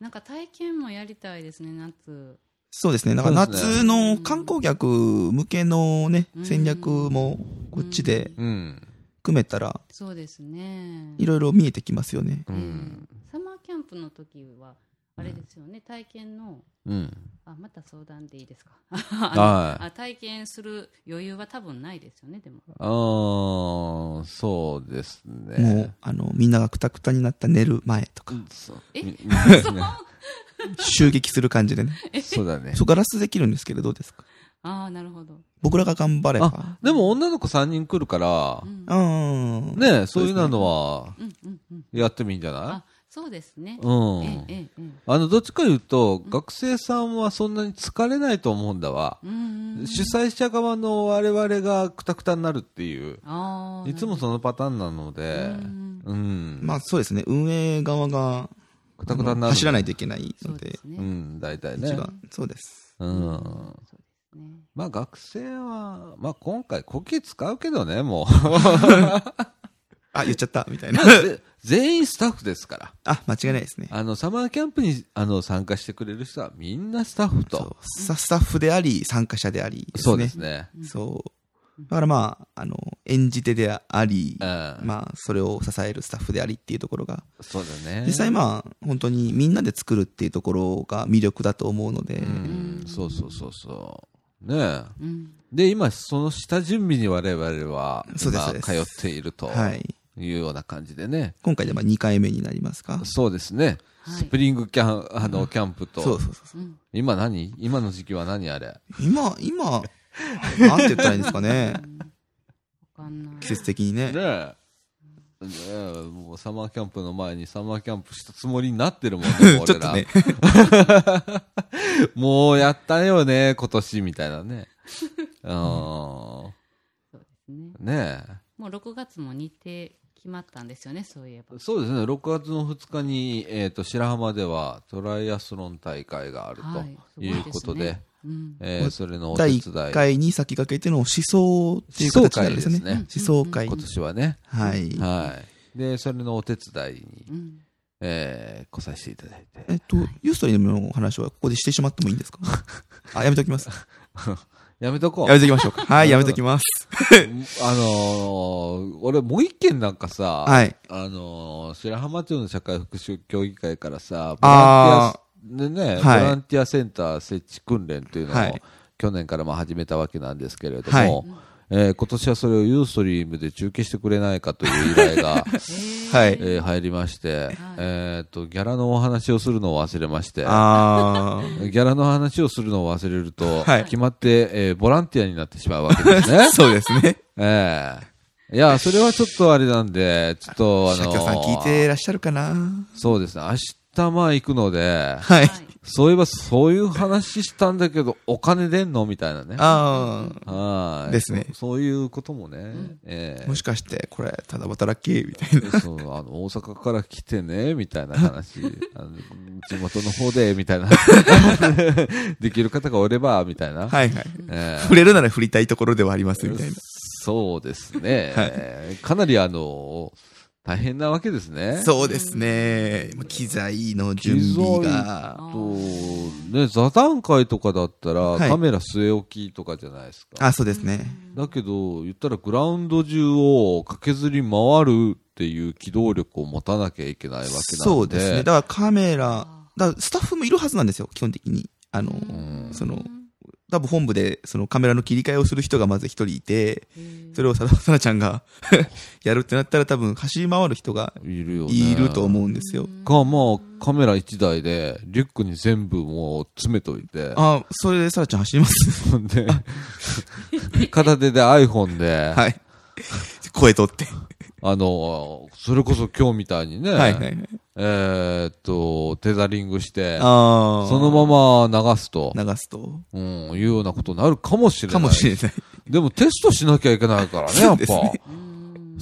B: なんか体験もやりたいですね、夏。
C: そうですね。だから
A: そうですね
C: 夏の観光客向けのね
B: う、ん
C: 戦略もこっちで
A: うん。
C: 組めたら、
B: そうですね。
C: いろいろ見えてきますよね。
A: うん。
B: サマーキャンプの時は、あれですよね、体験の、
A: うん。
B: あ、また相談でいいですか。 [laughs]
A: はい
B: あ体験する余裕は多分ないですよね、でも。
A: うーん、そうですね。
C: もう、あの、みんながくたくたになった寝る前とか、
A: そう
B: え [laughs]
A: みですね
C: 襲撃する感じでね。
A: そうだね
C: そ。う、ガラスできるんですけど、どうですか
B: ああ、なるほど。
C: 僕らが頑張れば
A: あ。、でも女の子3人来るから
B: う、ん、
C: うん。
A: ねそういうのは、
B: うん、うん、うん。
A: やってもいいんじゃな
B: あ、そうですね。
A: いうん。
B: ええ、ええ、え
A: あの、どっちか言うと、学生さんはそんなに疲れないと思うんだわ。
B: え。うん、うん。
A: 主催者側の我々がくたくたになるっていう、
B: ああ。
A: いつもそのパターンなので、うん。
C: まあそうですね、運営側が、
A: くたくたになる。
C: 走らないといけない
B: そ
C: の
B: うで
C: で、
B: すね。
A: うん、大体
C: 一
A: ね。
C: 番、そうです。
A: うん。
B: そうですね。
A: まあ学生は、まあ今回、呼吸使うけどね、もう。
C: [laughs] あ、言っちゃった、み
A: [laughs]
C: たいな。
A: ぜ全員スタッフですから。
C: [laughs] あ、間違いないですね。
A: あの、サマーキャンプにあの参加してくれる人はみんなスタッフ
C: そ
A: と。
C: うさスタッフであり、参加者でありです
A: そ
C: ね。
A: うですね。
C: そう。だからまあ、あの、演じ手であり、
A: うん
C: まあ、それを支えるスタッフでありっていうところが、
A: そうだね。
C: 実際まあ、本当にみんなで作るっていうところが魅力だと思うので、
A: うん、そうそうそうそう。ねえ。
B: うん。
A: で、今、その下準備に我々は、
C: そうです
A: 今
C: そう
A: 通
C: です
A: っていると
C: はい。
A: いうような感じでね。
C: 今回でまあ2回目になりますか。
A: そうですね。
B: はい
A: スプリングキャン、あの、キャンプ
C: そう
A: と。
C: そうそうそう。
B: うん。
A: 今何今の時期は何あれ
C: 今、今、 [laughs] なんて言ったらいいんですかね。
B: わかんない。
C: 季節的にね。
A: ねえ。えーもうサマーキャンプの前にサマーキャンプしたつもりになってる
C: [laughs]
A: もんね、
C: ちょ
A: 俺
C: っと
A: ら。
C: ね、
A: [laughs] もうやったよね、今年、みたいなね。うん。
B: そうですね。
A: ね
B: もう6月も日程決まったんですよね、そういえば
A: え。。そうですね、6月の2日に、えっ、と、白浜ではトライアスロン大会がある
B: はい
A: ということで、
B: すごいですねうん。
A: えーそれのお手
C: 第
A: 伝い、
C: 1回に先駆けての思想っていう形になるんですよ
A: 思
C: ね。思想会。
A: 今年はね。
C: はい。
A: はい。で、それのお手伝いに、
B: うん。
A: えー来させていただいて。
C: えっと、ユーストリームのお話はここでしてしまってもいいんですか [laughs] あ、やめときます。
A: やめとこう。
C: やめときましょう [laughs] か。はい、やめときます。
A: あのー俺もう一件なんかさ、
C: はい。
A: あのー白浜町の社会福祉協議会からさ、ボラン
C: あ
A: ティア、ねね
C: はい
A: ボランティアセンター設置訓練というのを、
C: はい
A: 去年からまあ始めたわけなんですけれども、
C: はい
A: えー今年はそれをユーストリームで中継してくれないかという依頼
C: [laughs]
A: が、
C: は
A: え
C: い。
A: ー入りまして、えーっと、ギャラのお話をするのを忘れまして、
C: あ
A: ギャラの話をするのを忘れると、
C: はい
A: 決まって、えーボランティアになってしまうわけですね
C: ー。。 [laughs] そうですね。
A: ええいや、それはちょっとあれなんで、ちょっとあ
C: 社
A: の
C: 協さん聞いてらっしゃるかな
A: そうですね、明日まあ行くので、
C: はい。
B: はい
A: そういえばそういう話したんだけど、お金出んのみたいなね。
C: あ
A: は
C: ですね
A: そ。そういうこともね、ええ
C: あ、もしかして、これ、ただ働きみた [laughs] いな。
A: そうあの大阪から来てね、みたいな
C: [laughs]
A: 話、あの地元の方で、みたいな、 [laughs] できる方がおれば、みたいな、
C: はいはい。
A: ええ
C: 触れるなら振りたいところではあります、みたいな。
A: そうです
C: [laughs]
A: ね、かなりあの大変なわけですね。
C: そうですね。まあ機材の準備が。
A: と、ね、座談会とかだったら、
C: はい
A: カメラ据え置きとかじゃないですか。
C: あ、そうですね。
A: だけど、言ったらグラウンド中を駆けずり回るっていう機動力を持たなきゃいけないわけなんで。
C: そうですね。だからカメラ、だからスタッフもいるはずなんですよ、基本的に。あの、
A: ん
C: その、多分本部でそのカメラの切り替えをする人がまず一人いて、
B: うん
C: それをさださなちゃんが [laughs] やるってなったら多分走り回る人が
A: いるよね。
C: いると思うんですよ。
A: か、まあ、カメラ1台で、リュックに全部もう詰めといて、
C: あ、それでさだちゃん走ります。
A: ほん [laughs] で、片手で iPhone で、
C: はい。声取って。
A: あの、それこそ今日みたいにね、
C: はいはいはい。
A: えーっと、テザリングして、
C: ああ。
A: そのまま流すと、
C: 流すと。
A: うん、いうようなことになるかもしれな
C: か
A: い。
C: もしれない。
A: でもテストしなきゃいけないからね、や
C: そ
A: っ
C: うですね
A: ぱ。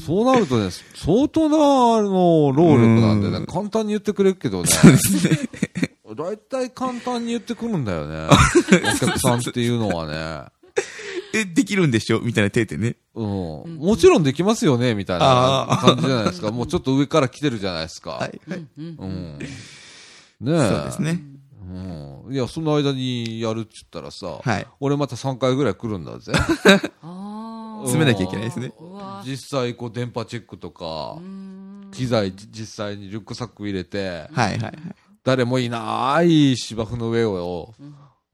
A: そうなるとね、相当な、あの、労力なんで
C: う
A: ね、簡単に言ってくれるけどね。大体簡単に言ってくるんだよ
C: [laughs]
A: ね。お客さんっていうのはね。
C: え、できるんでしょみたいな手でね。
A: うん、もちろんできますよね、みたいな
C: あー
A: 感じじゃないですか。もうちょっと上から来てるじゃないですか。
C: はいはい。
B: うん
A: うん。ねえ。
C: そうですね。
A: うん。いや、その間にやるって言ったらさ、
C: はい。
A: 俺また3回ぐらい来るんだぜ。
B: あー
A: 詰めなきゃい
C: けないですね
B: うわ
A: 実際こう電波チェックとか
B: う、ん
A: 機材じ実際にリュックサック入れて、
C: はいはいはい。
A: 誰もいない芝生の上を、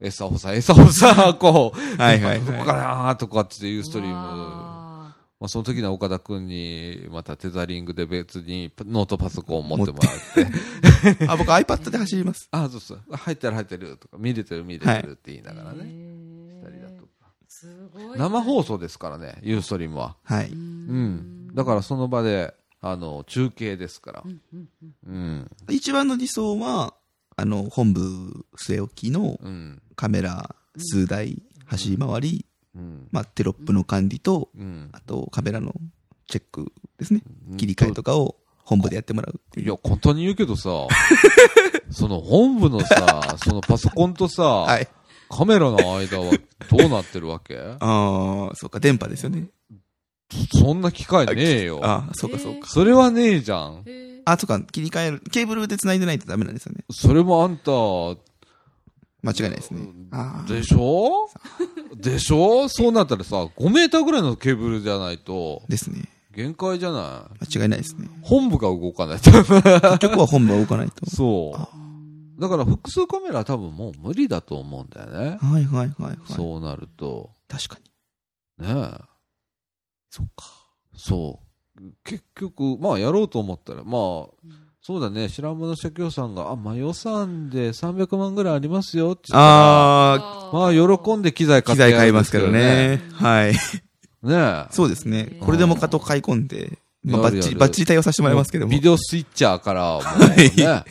A: 餌をさ、餌を
C: [laughs]
A: さ、こう、
C: はいはいはい
A: どこかなとかっていうストリーム。
B: う
A: ま
B: わ
A: あ、その時の岡田くんに、またテザリングで別にノートパソコンを持ってもらって、
C: [laughs] あ、僕 iPad で走ります。
A: [laughs] あ、そうそう、入ってる入ってるとか、見れてる見れてるって言いながら
B: ー
A: ね、
B: へ
A: したりだ
B: ー
A: とか。
B: すごい
A: 生放送ですからね、ユーストリームは。
C: はい。
A: うん。だからその場で、あの、中継ですから。うん。
C: 一番の理想は、あの、本部据え置きの
A: うん。
C: カメラ数台走り回り、
A: うん。
C: まあ、テロップの管理と、
A: うん。
C: あとカメラのチェックですね。
A: うん
C: 切り替えとかを本部でやってもらうってい。
A: いうや、簡単に言うけど [laughs] さ、その本部のさ、そのパソコンとさ、
C: はい。
A: カメラの間はどうなってるわけ
C: ああ、そうか、電波ですよね。
A: そんな機会ねえよ。
C: ああ、そうかそうか。
A: それはねえじゃん。
B: へー
C: あ、そうか、切り替える。ケーブルで繋いでないとダメなんですよね。
A: それもあんた、
C: 間違いないですね。ああ。
A: でしょでしょそうなったらさ、5メーターぐらいのケーブルじゃないと、
C: ですね。
A: 限界じゃない
C: 間違いないですね。
A: 本部が動か
C: [laughs]
A: ないと。。
C: 結局は本部は動かないと
A: そう。だから複数カメラは多分もう無理だと思うんだよね。
C: はいはいはいはい。
A: そうなると。
C: 確かに。
A: ねえ。そっか。そう。結局、まあやろうと思ったら、まあ、そうだね、白浜の社協さんが、あ、まあ予算で300万ぐらいありますよって言ったら、
C: あ
A: まあ喜んで機材
C: あ、
A: 買っ
C: 機
A: て
C: 材
A: や
C: 買い
A: るん
C: ま
A: ですす
C: け
A: け
C: ど
A: どね。
C: ね。はい。 [laughs]
A: ねえ。
C: そうですね。これでもかと買い込んで、まあ、
A: あ
C: バ
A: る
C: ッ
A: よ
C: チリ、バッチリ対応させてもらいますけども。
A: ビデオスイッチャーから、もう
C: [laughs]
A: ね。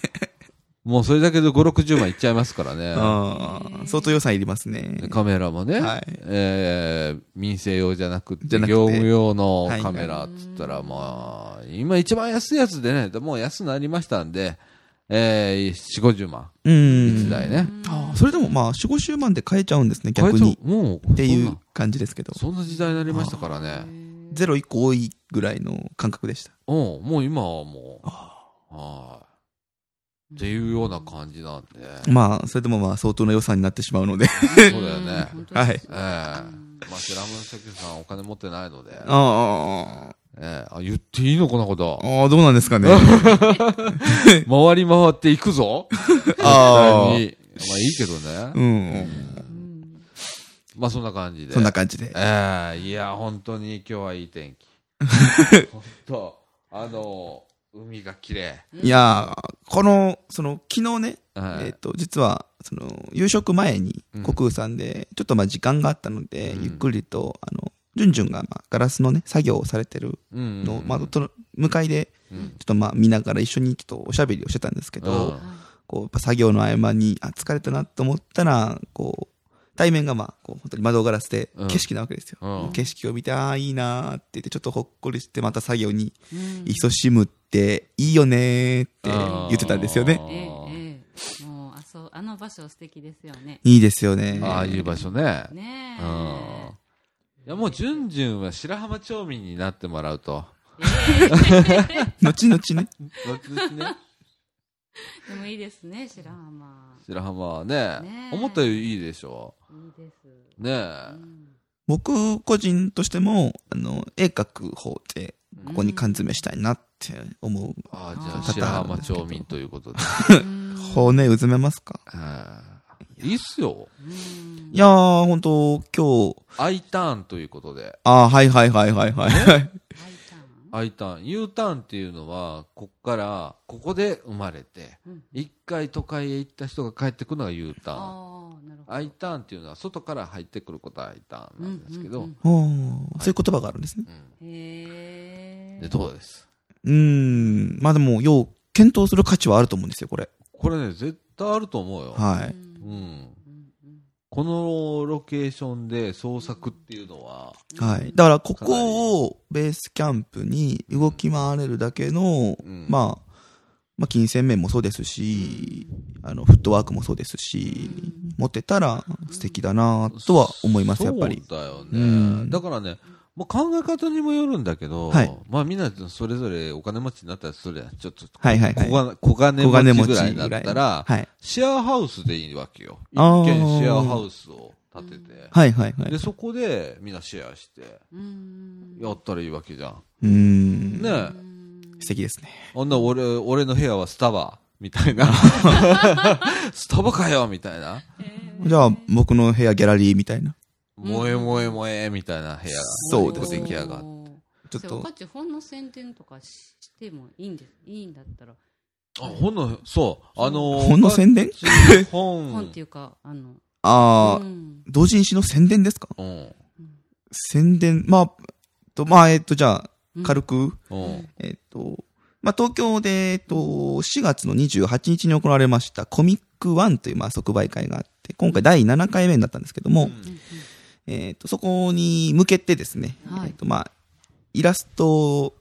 A: もうそれだけで5、60万いっちゃいますからね。
C: ああ、相当予算いりますね。
A: カメラもね、
C: はい
A: えー民生用じゃなくて、
C: じゃなくて
A: 業務用の
C: はい
A: カメラっつったら、まあ、今一番安いやつでね、もう安なりましたんで、えー、4、50万、
C: うん。
A: 1台ね。
C: ああ、それでもまあ、4、50万で買えちゃうんですね、逆
A: これ
C: に
A: と。もう、
C: ってい
A: そん
C: う
A: な
C: 感じですけど。
A: そんな時代になりましたからね。
C: ゼロ1個多いぐらいの感覚でした。
A: うん、もう今はもう、はい。っていうような感じなんで。
C: まあ、それでもまあ、相当な予算になってしまうの [laughs] で。
A: そうだよね
B: 本当です
A: ええ
B: よ
A: まあ、シラムの関さんお金持ってないので、え
C: あ
A: えあ、言っていいのこんなこと
C: あ、。ああ、どうなんですか [laughs] ね。
A: 回り回っていくぞ。
C: あ
A: 絶対
C: あ
A: にまあいいけど
C: う
A: ね。
C: ん。
B: うん
A: まあそんな感じで。
C: そんな感じで。
A: ええいや、本当に今日はいい天気。本当、あの、海が綺麗。
C: いやー、この、その、昨日ね、
A: はい
C: えっ、と、実は、その、夕食前に
A: うん、
C: 国空さんで、ちょっとまあ、時間があったので、
A: うん
C: ゆっくりと、あの、ジュンジュンが、まあ、ガラスのね、作業をされてる
A: うん
C: のを、まあ、との向かいで、
A: うん
C: ちょっとまあ、見ながら一緒にちょっとおしゃべりをしてたんですけど、
A: うん
C: こう、やっぱ作業の合間に、あ、疲れたなと思ったら、こう、対面がまあ、こう、本当に窓ガラスで
A: うん、
C: 景色なわけですよ。
A: うん
C: 景色を見て、ああ、いいなーって言って、ちょっとほっこりして、また作業に
B: うん
C: 勤しむって、いいよねーって言ってたんですよね。
B: ええええもうあそうあの場所素敵ですよね。
C: いいですよね。
A: ああいう場所ね。
B: ねえ。
A: うん。いや、もう、じゅんじゅんは白浜町民になってもらうと。
C: 後々ね。
A: 後々ね。
B: [laughs] でもいいですね白浜。
A: 白浜はね
B: ねえ
A: 思ったよりいいでしょ
B: いいです。
A: ねえ、
B: うん
C: 僕個人としても、あの、絵描く方で、ここに缶詰したいなって思う。
A: ああじゃ
B: あ
A: あ
B: ー
A: 白浜町民ということで
B: うん
C: 骨うずめますか
A: はいいいっすよ
B: うん
C: いやー、本当今日、
A: I ターンということで
C: ああ、はいはいはいはいはい。
B: 大胆
A: I ターン U ターンっていうのはこっからここで生まれて
B: うん
A: 一回都会へ行った人が帰ってくるのが U ターン
B: ああなるほど。
A: I ターンっていうのは外から入ってくることは I ターンなんですけど、
B: う
A: うん
B: うん
A: ん
C: おー [laughs] そういう言葉があるんですね。
B: へえ。
A: でどうです
C: うーん。まあでも、よう、検討する価値はあると思うんですよ、これ。
A: これね絶対あると思うよ、
C: は
B: う
A: うん
C: い。
A: ん、
B: うんうん
A: このロケーションで創作っていうのは
C: はい。だから、ここをベースキャンプに動き回れるだけの、
A: うん
C: まあ、まあ、金銭面もそうですし、あの、フットワークもそうですし、持ってたら素敵だなとは思います、やっぱり。
A: そうだよね。
C: うん
A: だからね、もう考え方にもよるんだけど、
C: はい
A: まあみんなそれぞれお金持ちになったりするやん。ちょっと、
C: はいはいはい。
A: 小小金
C: 小金
A: 持
C: 持
A: ちぐ
C: ちぐ
A: ら
C: ら
A: い
C: い
A: だったら、
C: はい。
A: シェアハウスでいいわけよ。一
C: あー
A: 軒シェアハウスを建てて、
C: はいはいはい。
A: で、
C: う
A: そこでみんなシェアして、
B: うん
A: やったらいいわけじゃん。
C: ー
A: ね
C: ん。
A: え。
C: 素敵ですね。
A: あんな俺、俺の部屋はスタバ。みたい
C: [laughs]
A: な。スタバかよみたいな。
C: じゃあ、僕の部屋ギャラリーみたいな。
A: 萌え萌え萌えみたいな部屋が。
C: そうですね
A: 出来上がって。
C: ちょっ
B: じゃあ
C: と
B: 若、ち本の宣伝とかししてもいいんですいいんだったら
A: あ、本の、そう、あのー
C: 本の宣伝
A: 本。
B: 本っていうかあの
C: ああ、
B: うん
C: 同人誌の宣伝ですか
A: うん。
C: 宣伝、まあ、と、まあ、えっと、じゃ
B: う
C: あ、
B: ん
C: 軽く、
A: うん。
C: えっと、まあ、東京で、えっと、4月の28日に行われましたコミックワンという、まあ、即売会があって、今回第7回目になったんですけども、えっと、そこに向けてですね、
B: はい
C: えっと、まあ、イラスト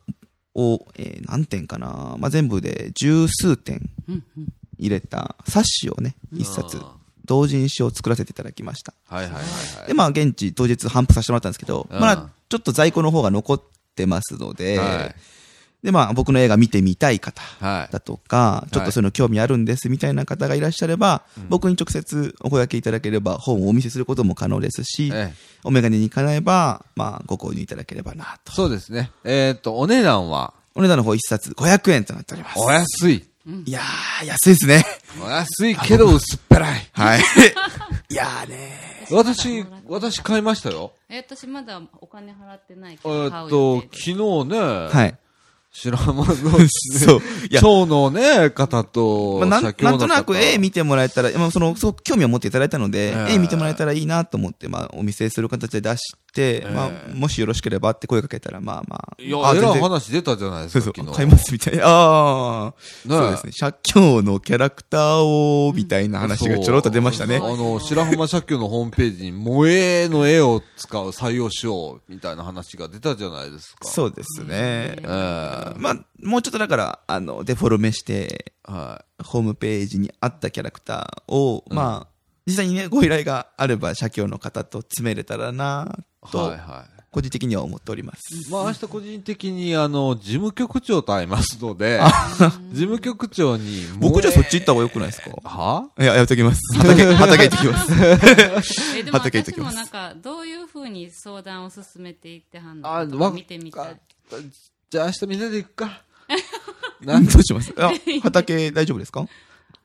C: を、えー何点かな、まあ、全部で十数点
B: うんうん
C: 入れた冊子をね、一冊
A: うん、
C: 同人誌を作らせていただきました。
A: はいはいはいはい。
C: で、まあ、現地当日頒布させてもらったんですけど、
A: うん
C: まあ、ちょっと在庫の方が残ってますので、
A: はい
C: で、まあ、僕の映画見てみたい方
A: はい
C: だとか、ちょっとそういうの興味あるんですみたいな方がいらっしゃれば、僕に直接お声掛けいただければ、本をお見せすることも可能ですし、
A: ええ
C: お眼鏡に行かないば、まあ、ご購入いただければなと。
A: そうですね。えっと、お値段は、
C: お値段の方一冊500円となっております。
A: お安い。
C: いやー、安いで
A: [laughs]
C: すね。
A: お安いけど薄っぺらい。
C: はい。いやーね
A: 私、私買いましたよ。
B: え私まだお金払ってないけ
A: え
B: ど
A: ーっと、昨
B: 買う
A: 日
B: 予定で
A: ね、
C: ー。はい。
A: 白
C: [laughs]
A: 浜の、
C: そう。いや、
A: 町のね、方と、
C: まあ、なん
A: 社協
C: な
A: の
C: んと
A: 方
C: なく絵見てもらえたら、まあ、その、すごく興味を持っていただいたので、
A: ええ
C: 絵見てもらえたらいいなと思って、まあ、お見せする形で出して、
A: ええ
C: まあ、もしよろしければって声かけたら、まあまあ。
A: いや
C: あ、
A: えらい
C: 全然
A: 話出たじゃないです
C: そ
A: か、
C: うそ
A: 昨
C: う
A: 日。、
C: 買いますみたいな。ああ、
A: ね
C: そうですね。社協のキャラクターを、みたいな話がちょろっと出ましたね
A: そう。あの、白浜社協のホームページに、萌えの絵を使う、採用しよう、みたいな話が出たじゃないですか。う。
C: そうですね。
A: えー
C: まあ、もうちょっとだから、あの、デフォルメして、
A: は
C: ホームページにあったキャラクターを、
A: うん
C: まあ、実際にね、ご依頼があれば、社協の方と詰めれたらな、
A: い。
C: と、
A: はい、は
C: 個人的には思っております。
A: い。まあ、明日個人的に、あの、事務局長と会いますので、 [laughs] 事務局長に、
C: 僕じ
A: 萌
C: ゃあそ
A: え
C: っち行った方が良くないですか
A: はい
C: や、やっときます。 [laughs] 畑、畑行って [laughs] きます。
B: えでも
C: 畑行って
B: 私
C: きま
B: も
C: す
B: なんかどういうふうに相談を進めていってはん
A: あ
B: の
A: わ
B: か見てみたい
A: じゃあ明日みんなで行く
B: [laughs]
A: か。
C: ど
A: な
C: うします [laughs] あ、畑大丈夫ですか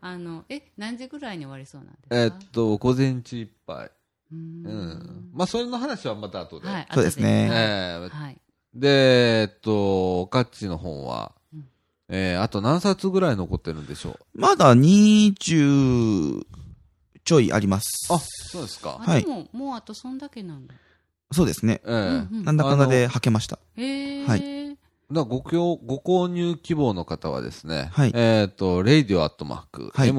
B: あのえ何時ぐらいに終わりそうなんですか
A: えっと、午前中いっぱい。
B: うーん
A: うん。まあ、それの話はまた後で。
B: はい
C: そうですね
A: え
B: 後
A: ー
B: はいはい
A: で、えっと、カッチの本は、
B: うん
A: えーあと何冊ぐらい残ってるんでしょ
C: まだ20ちょいあります。
A: うあ、そうですか。
C: は
B: あ
C: い
B: でももうあとそんだけなんだ
C: そうですね。
A: ええ
B: うんうん
C: なんだかんだで履けました。
B: へえ
C: は
A: だごきょうご購入希望の方はですね、
C: はい
A: えっ、と、radio.mark、
C: はい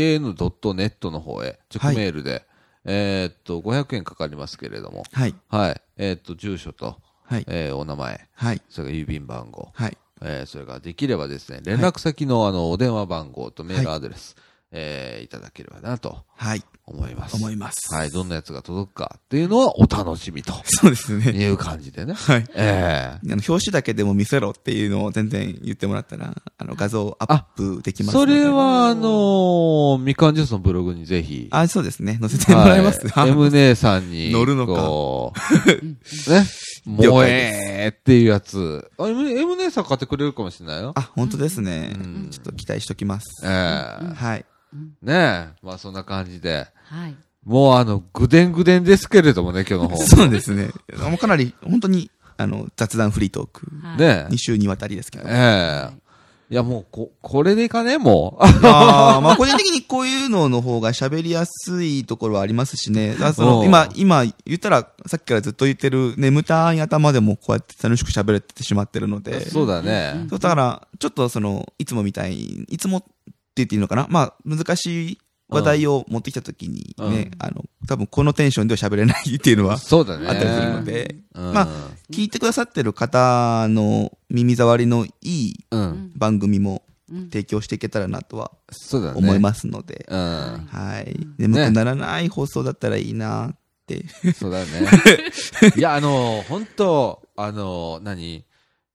A: m-can.net の方へ、直メールで、えっ、と、500円かかりますけれども、
C: はい。
A: はい、えっ、と、住所と、
C: はい。
A: えーお名前、
C: はい。
A: それから郵便番号、
C: はい。
A: えーそれからできればですね、連絡先のあの、お電話番号とメールアドレス、えーいただければなと
C: はい。
A: 思います。
C: 思います。
A: はい、どんなやつが届くかっていうのはお楽しみと
C: そうですね。
A: いう感じでね。
C: [laughs] はい。
A: ええ
C: あの、表紙だけでも見せろっていうのを全然言ってもらったら、あの、画像アップできますの
A: そ
C: で。
A: れは、あのーみかんジュースのブログにぜひ。
C: あ、そうですね。載せてもらいます。
A: はい M 姉さんに。
C: 乗るのか
A: こ
C: [laughs]
A: う。ね。
C: 了
A: 萌
C: 解
A: えーっていうやつ。あ、M, M 姉さん買ってくれるかもしれないよ。
C: あ、本当ですね
A: うん。
C: ちょっと期待しときます。
A: ええ
C: はい。
A: ねえ。まあそんな感じで。
B: はい
A: もうあの、ぐでんぐでんですけれどもね、今日の方。
C: そうですね。もうかなり、本当に、あの、雑談フリートーク。
B: はい
A: ね
C: 2週にわたりですけど。
A: え。え
C: あ
A: え。いやもう、こ、これでいかねもう。
C: あー、まあ個人的にこういうのの方が喋りやすいところはありますし
A: [laughs]
C: ね。だからそ
A: うん
C: の今、今言ったら、さっきからずっと言ってる眠たい頭でもこうやって楽しく喋れてしまってるので。
A: そうだね。
C: そうだから、ちょっとその、いつもみたいに、いつもって言っていいのかなまあ、難しい話題を持ってきたときにね、
A: うん
C: あの、多分このテンションでは喋れないっていうのは
A: そうだね。
C: あったりするので、
A: うん
C: まあ、聞いてくださってる方の耳障りのいい
A: うん。
C: 番組も
B: うん
C: 提供していけたらなとは
A: そうだね。
C: 思いますので、
A: うん。
C: はい。眠くならない放送だったらいいなって。
A: そうだね。
C: [laughs]
A: いや、あの、本当あの、何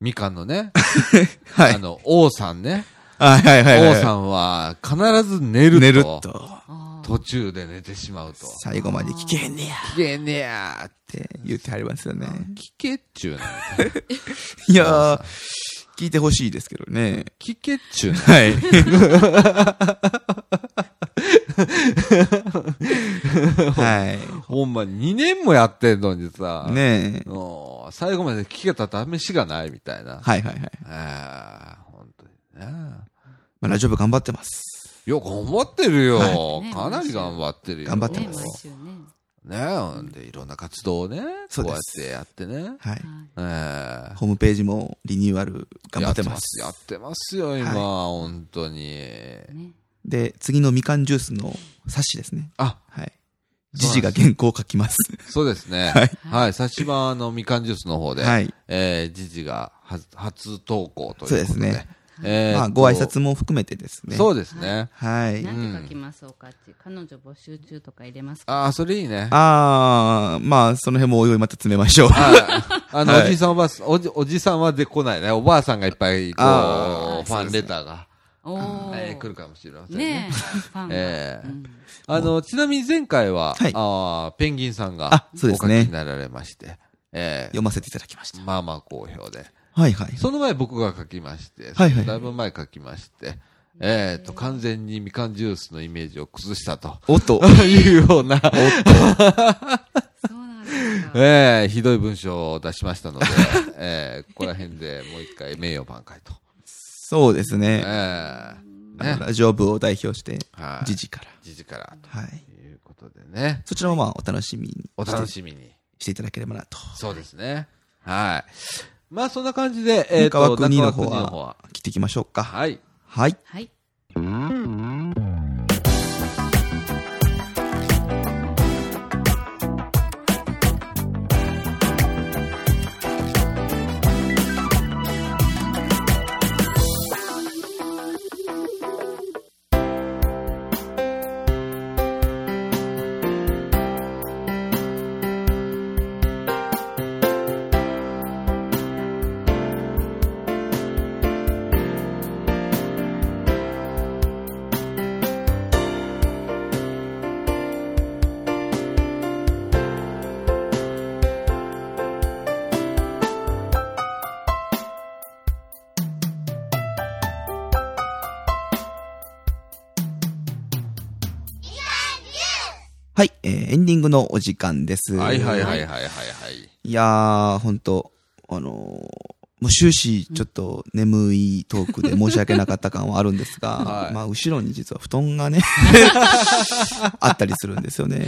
A: みかんのね、
C: [laughs] はい
A: あ。の、王さんね。
C: はいはいはい
A: 王
C: はい
A: さんは必ず寝ると。
C: 寝ると、
B: あー
A: 途中で寝てしまうと。
C: 最後まで聞けへんねや
A: 聞けねやーっ
C: って言ってはりますよね。
A: て。聞けっちゅうの。
C: いやー、聞いてほしいですけどね。
A: 聞けっちゅうの。
C: はい。は
A: [laughs] ほんま2年もやってんのにさ。
C: い。。ねえ。
A: もう、最後まで聞けた試しがないみたいな。
C: はいはいはい。
A: ああ、本当にね。
C: まあ、ラジオ部頑張ってます。
A: いや、頑張ってるよ。
B: いね
A: かなり頑張ってるよ。
C: 頑張って
B: ね
C: ま
B: 毎
C: す
B: 週ね
A: ねえ、ほんで、いろんな活動をね、
C: そう
A: こう
C: で
A: やっ
C: す
A: てやってね。
C: はい。
B: はい
A: ええ
C: ホームページもリニューアル頑張ってます。
A: やってますやってますよ、今、
C: はい
A: 本当に。
B: ね
C: で、次のみかんジュースの冊子ですね。
A: あ、
C: はい。じじが原稿を書きます。
A: そうですね。は
C: はいい。
A: はい、差し場のみかんジュースの方で、
C: はい。
A: えー、じじが初初投稿ということで。
C: そうですね。
A: えーと
C: まあ、ご挨拶も含めてですね。
A: そうですね。
C: はい。
B: なんて書きましょうかっち彼女募集中とか入れますか
A: ああ、それいいね。
C: あー、まあ、その辺もおいおいまた詰めましょう。
A: はいあの、
C: はい
A: おじいさんおばあさん、おじ、おじさんはで来ないね。おばあさんがいっぱい、こう、フ
C: あー
A: ァンレターが、
B: おお
A: えー来るかもしれませんね。
B: ねえファンが
A: ええ
B: うん
A: あの、ちなみに前回は、
C: はい
A: あーペンギンさんが
C: あ、
A: お
C: そう
A: 書
C: で
A: き
C: すね
A: になられまして、ええ
C: 読ませていただきました。
A: まあまあ好評で。
C: はいはい。
A: その前僕が書きまして、
C: はいはい
A: だいぶ前書きまして、えっ、と、完全にみかんジュースのイメージを崩したと
C: おっと。
A: いうような、
B: そうなんですか
A: ええひどい文章を出しましたので、 [laughs] ええここら辺でもう一回名誉挽回と。
C: そうですね。
A: ええ
C: あの
A: ね。
C: ラジオ部を代表して、
A: はい。
C: じじから。
A: じじから
C: はい。
A: ということでね、
C: そちらもまあ、お楽しみに。
A: お楽しみに。
C: していただければなと。
A: そうですね。はい。まあ、そんな感じで、えっ、と、
C: 中川国の方は
A: 中川国のは
C: 切っていきましょうか。
A: はい。
C: はい。
B: はい。
C: はい。えーエンディングのお時間です。
A: はいはいはいはいはいはい。
C: いやー、ほんと、あのーもう終始ちょっと眠いトークで申し訳なかった感はあるんですが、
A: [laughs] はい
C: まあ後ろに実は布団がね、
A: [laughs]
C: あったりするんですよね。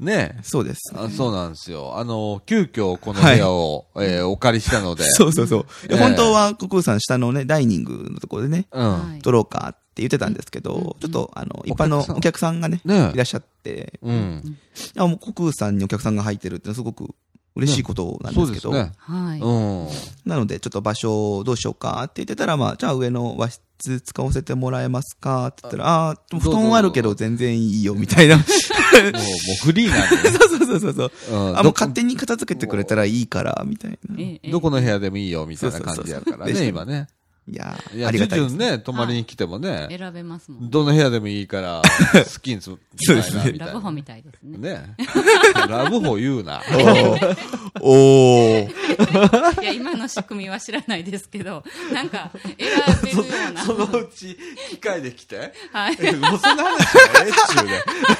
A: ねえ。
C: そうです。
A: あそうなんですよ。あの、急遽この部屋を、えーお借りしたので。
C: そうそうそう。いや
A: ええ
C: 本当は、コクーさん下のね、ダイニングのところでね、
A: うん。
B: はい
C: 撮ろうかって言ってたんですけど、ちょっと、あの、一般のお客さんがね、
A: ね
C: いらっしゃって、
A: うん。
C: あもうコクーさんにお客さんが入ってるってのはすごく嬉しいことなん
A: そう
C: です
A: で
C: け
A: す
C: ど、
A: ね。
B: はい。
A: うん。
C: なので、ちょっと場所どうしようかって言ってたら、まあ、じゃあ上の和室使わせてもらえますかって言ったら、ああー、でも布
A: どう
C: 団
A: ぞ
C: あるけど全然いいよ、みたいな。そ
A: もう、もうフリーなん
C: [laughs]
A: でね。
C: う [laughs] そうそうそう。
A: うん
C: あ、もう
A: ど
C: 勝手に片付けてくれたらいいから、みたいな。い
B: ええ
A: どこの部屋でもいいよ、みたいな感じやから
C: そうそうそう
A: ね、今ね。
C: やー
A: いや、
C: ありが
A: ジ
C: たいで
A: ュ
C: す
A: ン。ね、泊まりに来てもね、
B: 選べますもん。
A: どの部屋でもいいから、好きに住
C: [laughs] そう
A: みた
C: で
A: い
C: す
A: な、
C: ね
A: みたい
B: ラブホ
A: な。
B: みたいですね。
A: ね [laughs] ラブホ言う
C: [laughs]
A: な。
C: おーおー
B: いや、今の仕組みは知らないですけど、なんか、選べるよう
A: [laughs]
B: な。
A: そのうち、機械で来
B: [laughs]
A: て。
B: はい。
A: もうそんな話はええっ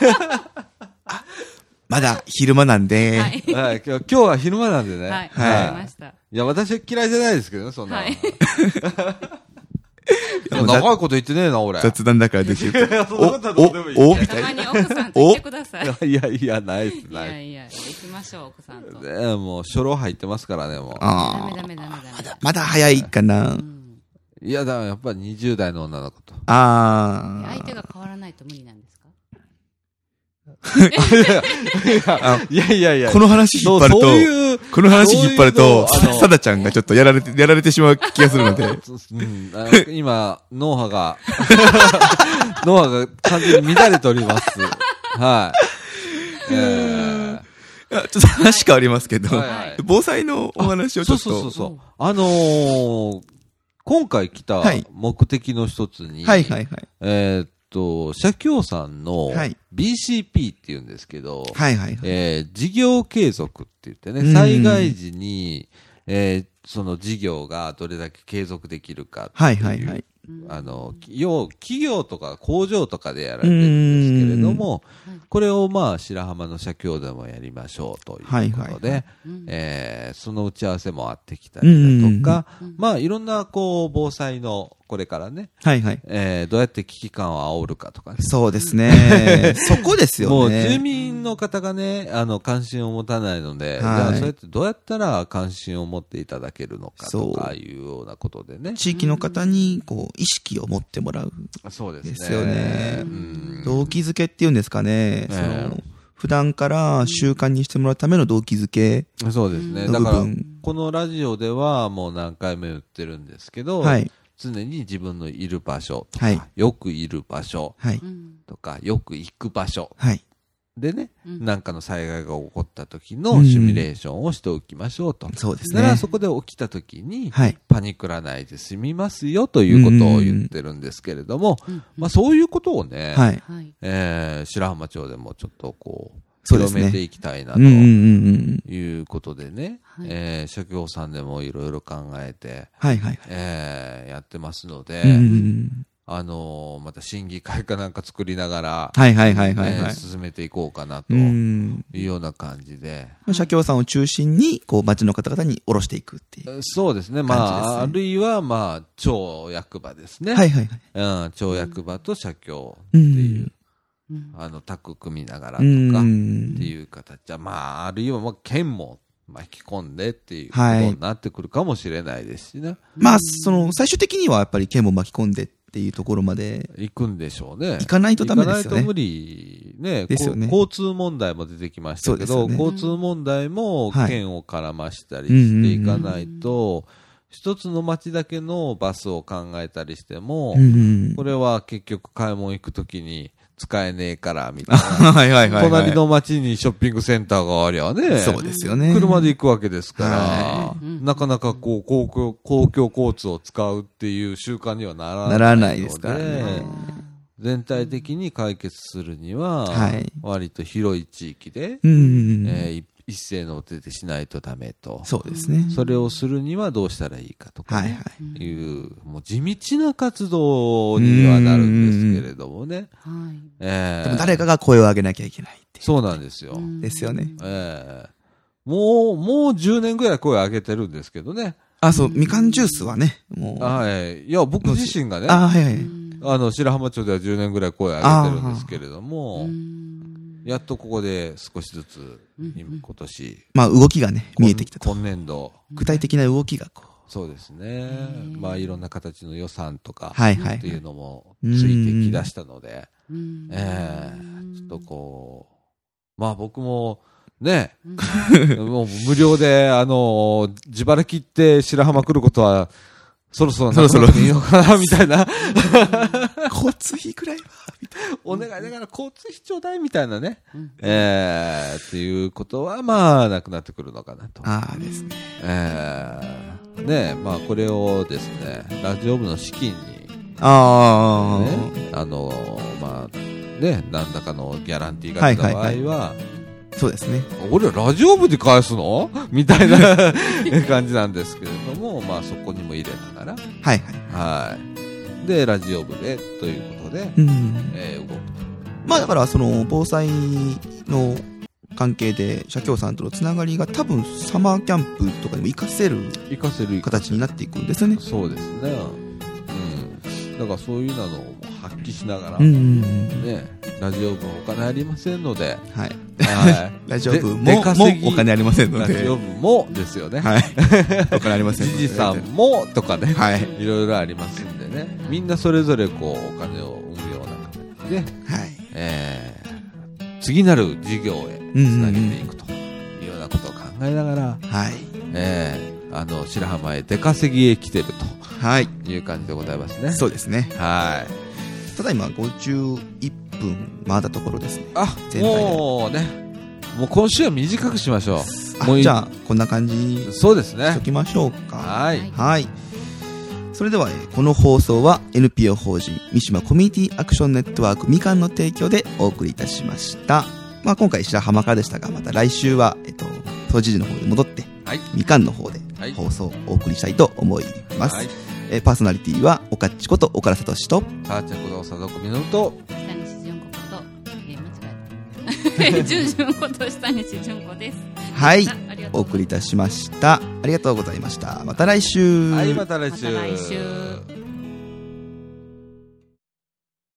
A: ちゅうね。
C: まだ昼間なんで、
B: はい。
A: はい、今日今日は昼間なんでね。
B: はい。わかりました。
A: いや、私は嫌いじゃないですけどね、そんな。
B: は
A: [laughs]
B: いい。
A: や長いこと言ってねえな、俺。
C: 雑談だからですよ。
A: そんなことはどうでもいい
C: お、お、お、み
B: た
C: たい
B: ま
C: な。
B: に奥さんと行ってください。い
A: いやいや、ないっす、な
B: や
A: いっ
B: いや、行きましょう、奥さんと。
A: す。
B: ダ
A: ねえもう、初老入ってますからね、も
C: あ
B: メ
C: あ、
B: ダメダメダメだ。
C: まだ早いかな
B: う。ん。
A: う。いや、だからやっぱり20代の女の子と。
C: あ
B: 相手
C: あ、
B: が変わらないと無理なんですか
A: いやいやいや
C: この話引っ張ると、
A: そういう、
C: この話引っ張ると、
A: そういうのをあの
C: さだちゃんがちょっとやられて、やられてしまう気がするの
A: [laughs]
C: で。
A: うん、あの今、脳波が、 [laughs] 脳波が完全に乱れております。はい。えー
C: いやちょっと話変わりますけど、
A: はいはい
C: 防災のお話をち
A: そ
C: ょ
A: う
C: っ
A: そうそう
C: と。
A: そう。あのー今回来た
C: はい
A: 目的の一つに、
C: はいはいはい。
A: えーっと、社協さんの
C: はい
A: BCP って言うんですけど、
C: はいはいはい。
A: えー事業継続って言って
C: うん
A: ね、災害時に、えーその事業がどれだけ継続できるかっていう
C: はいはいはい。
B: うん
A: あの、要、企業とか工場とかでやられてるんですけれども
B: うん、
A: これをまあ、白浜の社協でもやりましょうという
C: はい
A: こ
C: はい
A: と
C: は
A: で
B: うん、
A: えーその打ち合わせもあってきたりだとか、まあ、いろんな、こう、防災の、これからね、
C: はいはい。
A: えーどうやって危機感を煽るかとかね。
C: そうですね。そこです
A: も
C: よ
A: う住
C: ね。
A: 民の方がね、あの、関心を持たないので、
C: い
A: じゃあ、そうやってどうやったら関心を持っていただけるのかとかいうようなことでね。
C: 地域の方に、こう、意識を持ってもらう。
A: そうですね。
C: ですよね
A: うん
C: 動機づけっていうんですかね。そ
A: え
C: の、普段から習慣にしてもらうための動機づけ
A: そうですね。
C: の
A: だ
C: 部
A: から、
C: 分。
A: このラジオではもう何回も言ってるんですけど、
C: はい。
A: 常に自分のいる場所とか、
C: はい
A: よくいる場所
C: はい。
B: うん
A: とか、よく行く場所
C: はい。
A: でね、
B: うん
A: なんかの災害が起こった時
C: う
A: の
C: ん
A: シミュレーションをしておきましょうと。
C: そうです
A: なら
C: ね。
A: そこで起きた時に、
C: はい。
A: パニクらないで済みますよということを言ってるんですけれども、
B: うん
A: まあそういうことをね、
C: はい。
B: はい。
A: えー白浜町でもちょっとこう、
C: そうです
A: 広
C: ね
A: めていきたいな
C: う
A: と。
C: んうんうんうん。
A: いうことでね、
B: はい
A: えー社協さんでもいろいろ考えて、
C: はいはいは
A: えーやってますので、
C: い。うんうんうん。
A: あのーまた審議会かなんか作りながら、
C: はいはいはいはい
A: えー
C: はい。
A: 進めていこうかなと
C: う
A: い
C: ん。
A: うような感じで、
C: まあ社協さんを中心に、こう、町の方々に下ろしていくっていう。
A: そうですね、まあ、あ
C: 感じ
A: るいは、まあ、町役場ですね、
C: はいはいはい。
A: うん、町役場と社協って
C: う。
A: いうん
B: うん
A: あの、タッグ組みながら
C: う
A: とか、っ
C: ん
A: ていう形は、まあ、あるいは、まあ、県も巻き込んでっていうこと
C: はい
A: になってくるかもしれないですしね。
C: まあ、その、最終的にはやっぱり剣も巻き込んでっていうところまで
A: 行くんでしょうね
C: 行。かないとダメですよ
A: 行かないと
C: ね
A: 無。理ね
C: ですよね
A: こう交通問題も出てきましたけ
C: そ
A: ど、
C: うですよね
A: 交通問題も
C: はい
A: 県を絡ましたりしていかないと、一つの町だけのバスを考えたりしても
C: う、ん
A: これは結局買い物行くときに使えねえから、みたいな。
C: はいはいはいはい。
A: 隣の町にショッピングセンターがありゃね。
C: そうですよね。
A: 車で行くわけですから、
C: は
A: なかなかこう公共公共交通を使うっていう習慣にはならないので
C: ならないですからね
A: 全体的に解決するには、
C: はい
A: 割と広い地域で、
C: うんうんうん。
A: えーい一斉のお手でしないとダメと
C: そうですね。
A: それをするにはどうしたらいいかとか
C: はい
A: ね、
C: はい。
A: いうもう地道な活動にはなるんですけれどもね、
B: はい
A: えー
C: でも誰かが声を上げなきゃいけないっていう。
A: そうなんですよ、
B: うん
C: ですよね。
A: ええもう、もう10年ぐらい声上げてるんですけどね。
C: あ、そう、みかんジュースはね、もう。あ、
A: はい。いや、僕自身がね、あ
C: はいはい。
A: の、白浜町では10年ぐらい声上げてるんですけれども
B: う、ん
A: やっとここで少しずつ、今今年、
C: まあ、動きがね、見えてきたと。
A: 今今年度、
C: 具体的な動きがこう。
A: そうですね。まあ、いろんな形の予算とか、
C: はいはい
A: っていうのもついてきだしたので、
B: うん
A: ええちょっとこう、まあ僕も、ね、
B: うん
A: もう無料で、あの自腹切って白浜来ることは、そろそろなくなっていいのかな、みたいな。
C: 交通費くらいは、みたい
A: お願いだから交通費ちょうだい、みたいなね。
B: うん
A: ええっていうことは、まあ、なくなってくるのかなと。
C: な。ああですね。
A: ええねえまあこれをですね、ラジオ部の資金に、
C: ああ、
A: ね、あのまあ、ね、何らかのギャランティーが出た場合は、
C: はいはいそうですね。
A: 俺ラジオ部で返すの [laughs] みたい
C: [laughs]
A: な感じなんですけれども、まあそこにも入れなが
C: はいはい。
A: ら、はい。で、ラジオ部でということで、
C: うん。
A: えー動く
C: まあ、だから、その、防災の関係で、社協さんとのつながりが多分、サマーキャンプとかにも活かせる
A: と。行かせる
C: 形になっていくんですよね。
A: そうですね。うん。だからそういうのを発揮しながら、
C: うん
A: ね、
C: うんうん。
A: ラジオ部お金ありませんの
C: [laughs]
A: で、
C: はい。
A: はい。
C: ラジオ部
A: で出
C: も、
A: 稼ぎ
C: もお金ありませんの
A: ラジ
C: で
A: オ。部もですよね。
C: はい。お金あ
A: [laughs]
C: りませんの
A: じ
C: で。
A: じさんもとかね、
C: はい。
A: い、ろいろありますんでね、みんなそれぞれこうお金を生むような形で、
C: はい。
A: えー次なる事業へつなげていくというようなことを考えながら、
C: はい。
A: えーあの白浜へ出稼ぎへ来てる
C: はい。
A: という感じでございますね。
C: そうですね。
A: はい。
C: ただいま51分回ったところですね。
A: あ、
C: 全体で
A: もうね、もう今週は短くしましょ
C: あ
A: もういい
C: じゃあ、こんな感じに
A: う。
C: し
A: そうです
C: と
A: ね。
C: きましょうか。
A: はい。
C: はい。それでは、えーこの放送は NPO 法人三島コミュニティアクションネットワークみかんの提供でお送りいたしました。まあ、今回白浜からでしたが、また来週は、えっと、当時時の方で戻って、
A: はい
C: みかんの方で
A: はい
C: 放送をお送りしたいと思います。
A: はい。
C: えーパーソナリティは、おかっちこと、岡田聡と、
A: さあ、ちゃんこと、さだこみのると、
B: 下西純子こと、えー、
C: [laughs]
B: [laughs] 間違えた。ジュンジュンこと下西純子です。
C: はい
B: あ。ありがと
C: お
B: う
C: 送りいたしました。ありがとうございました。また来週。
A: はい、また来
B: また来週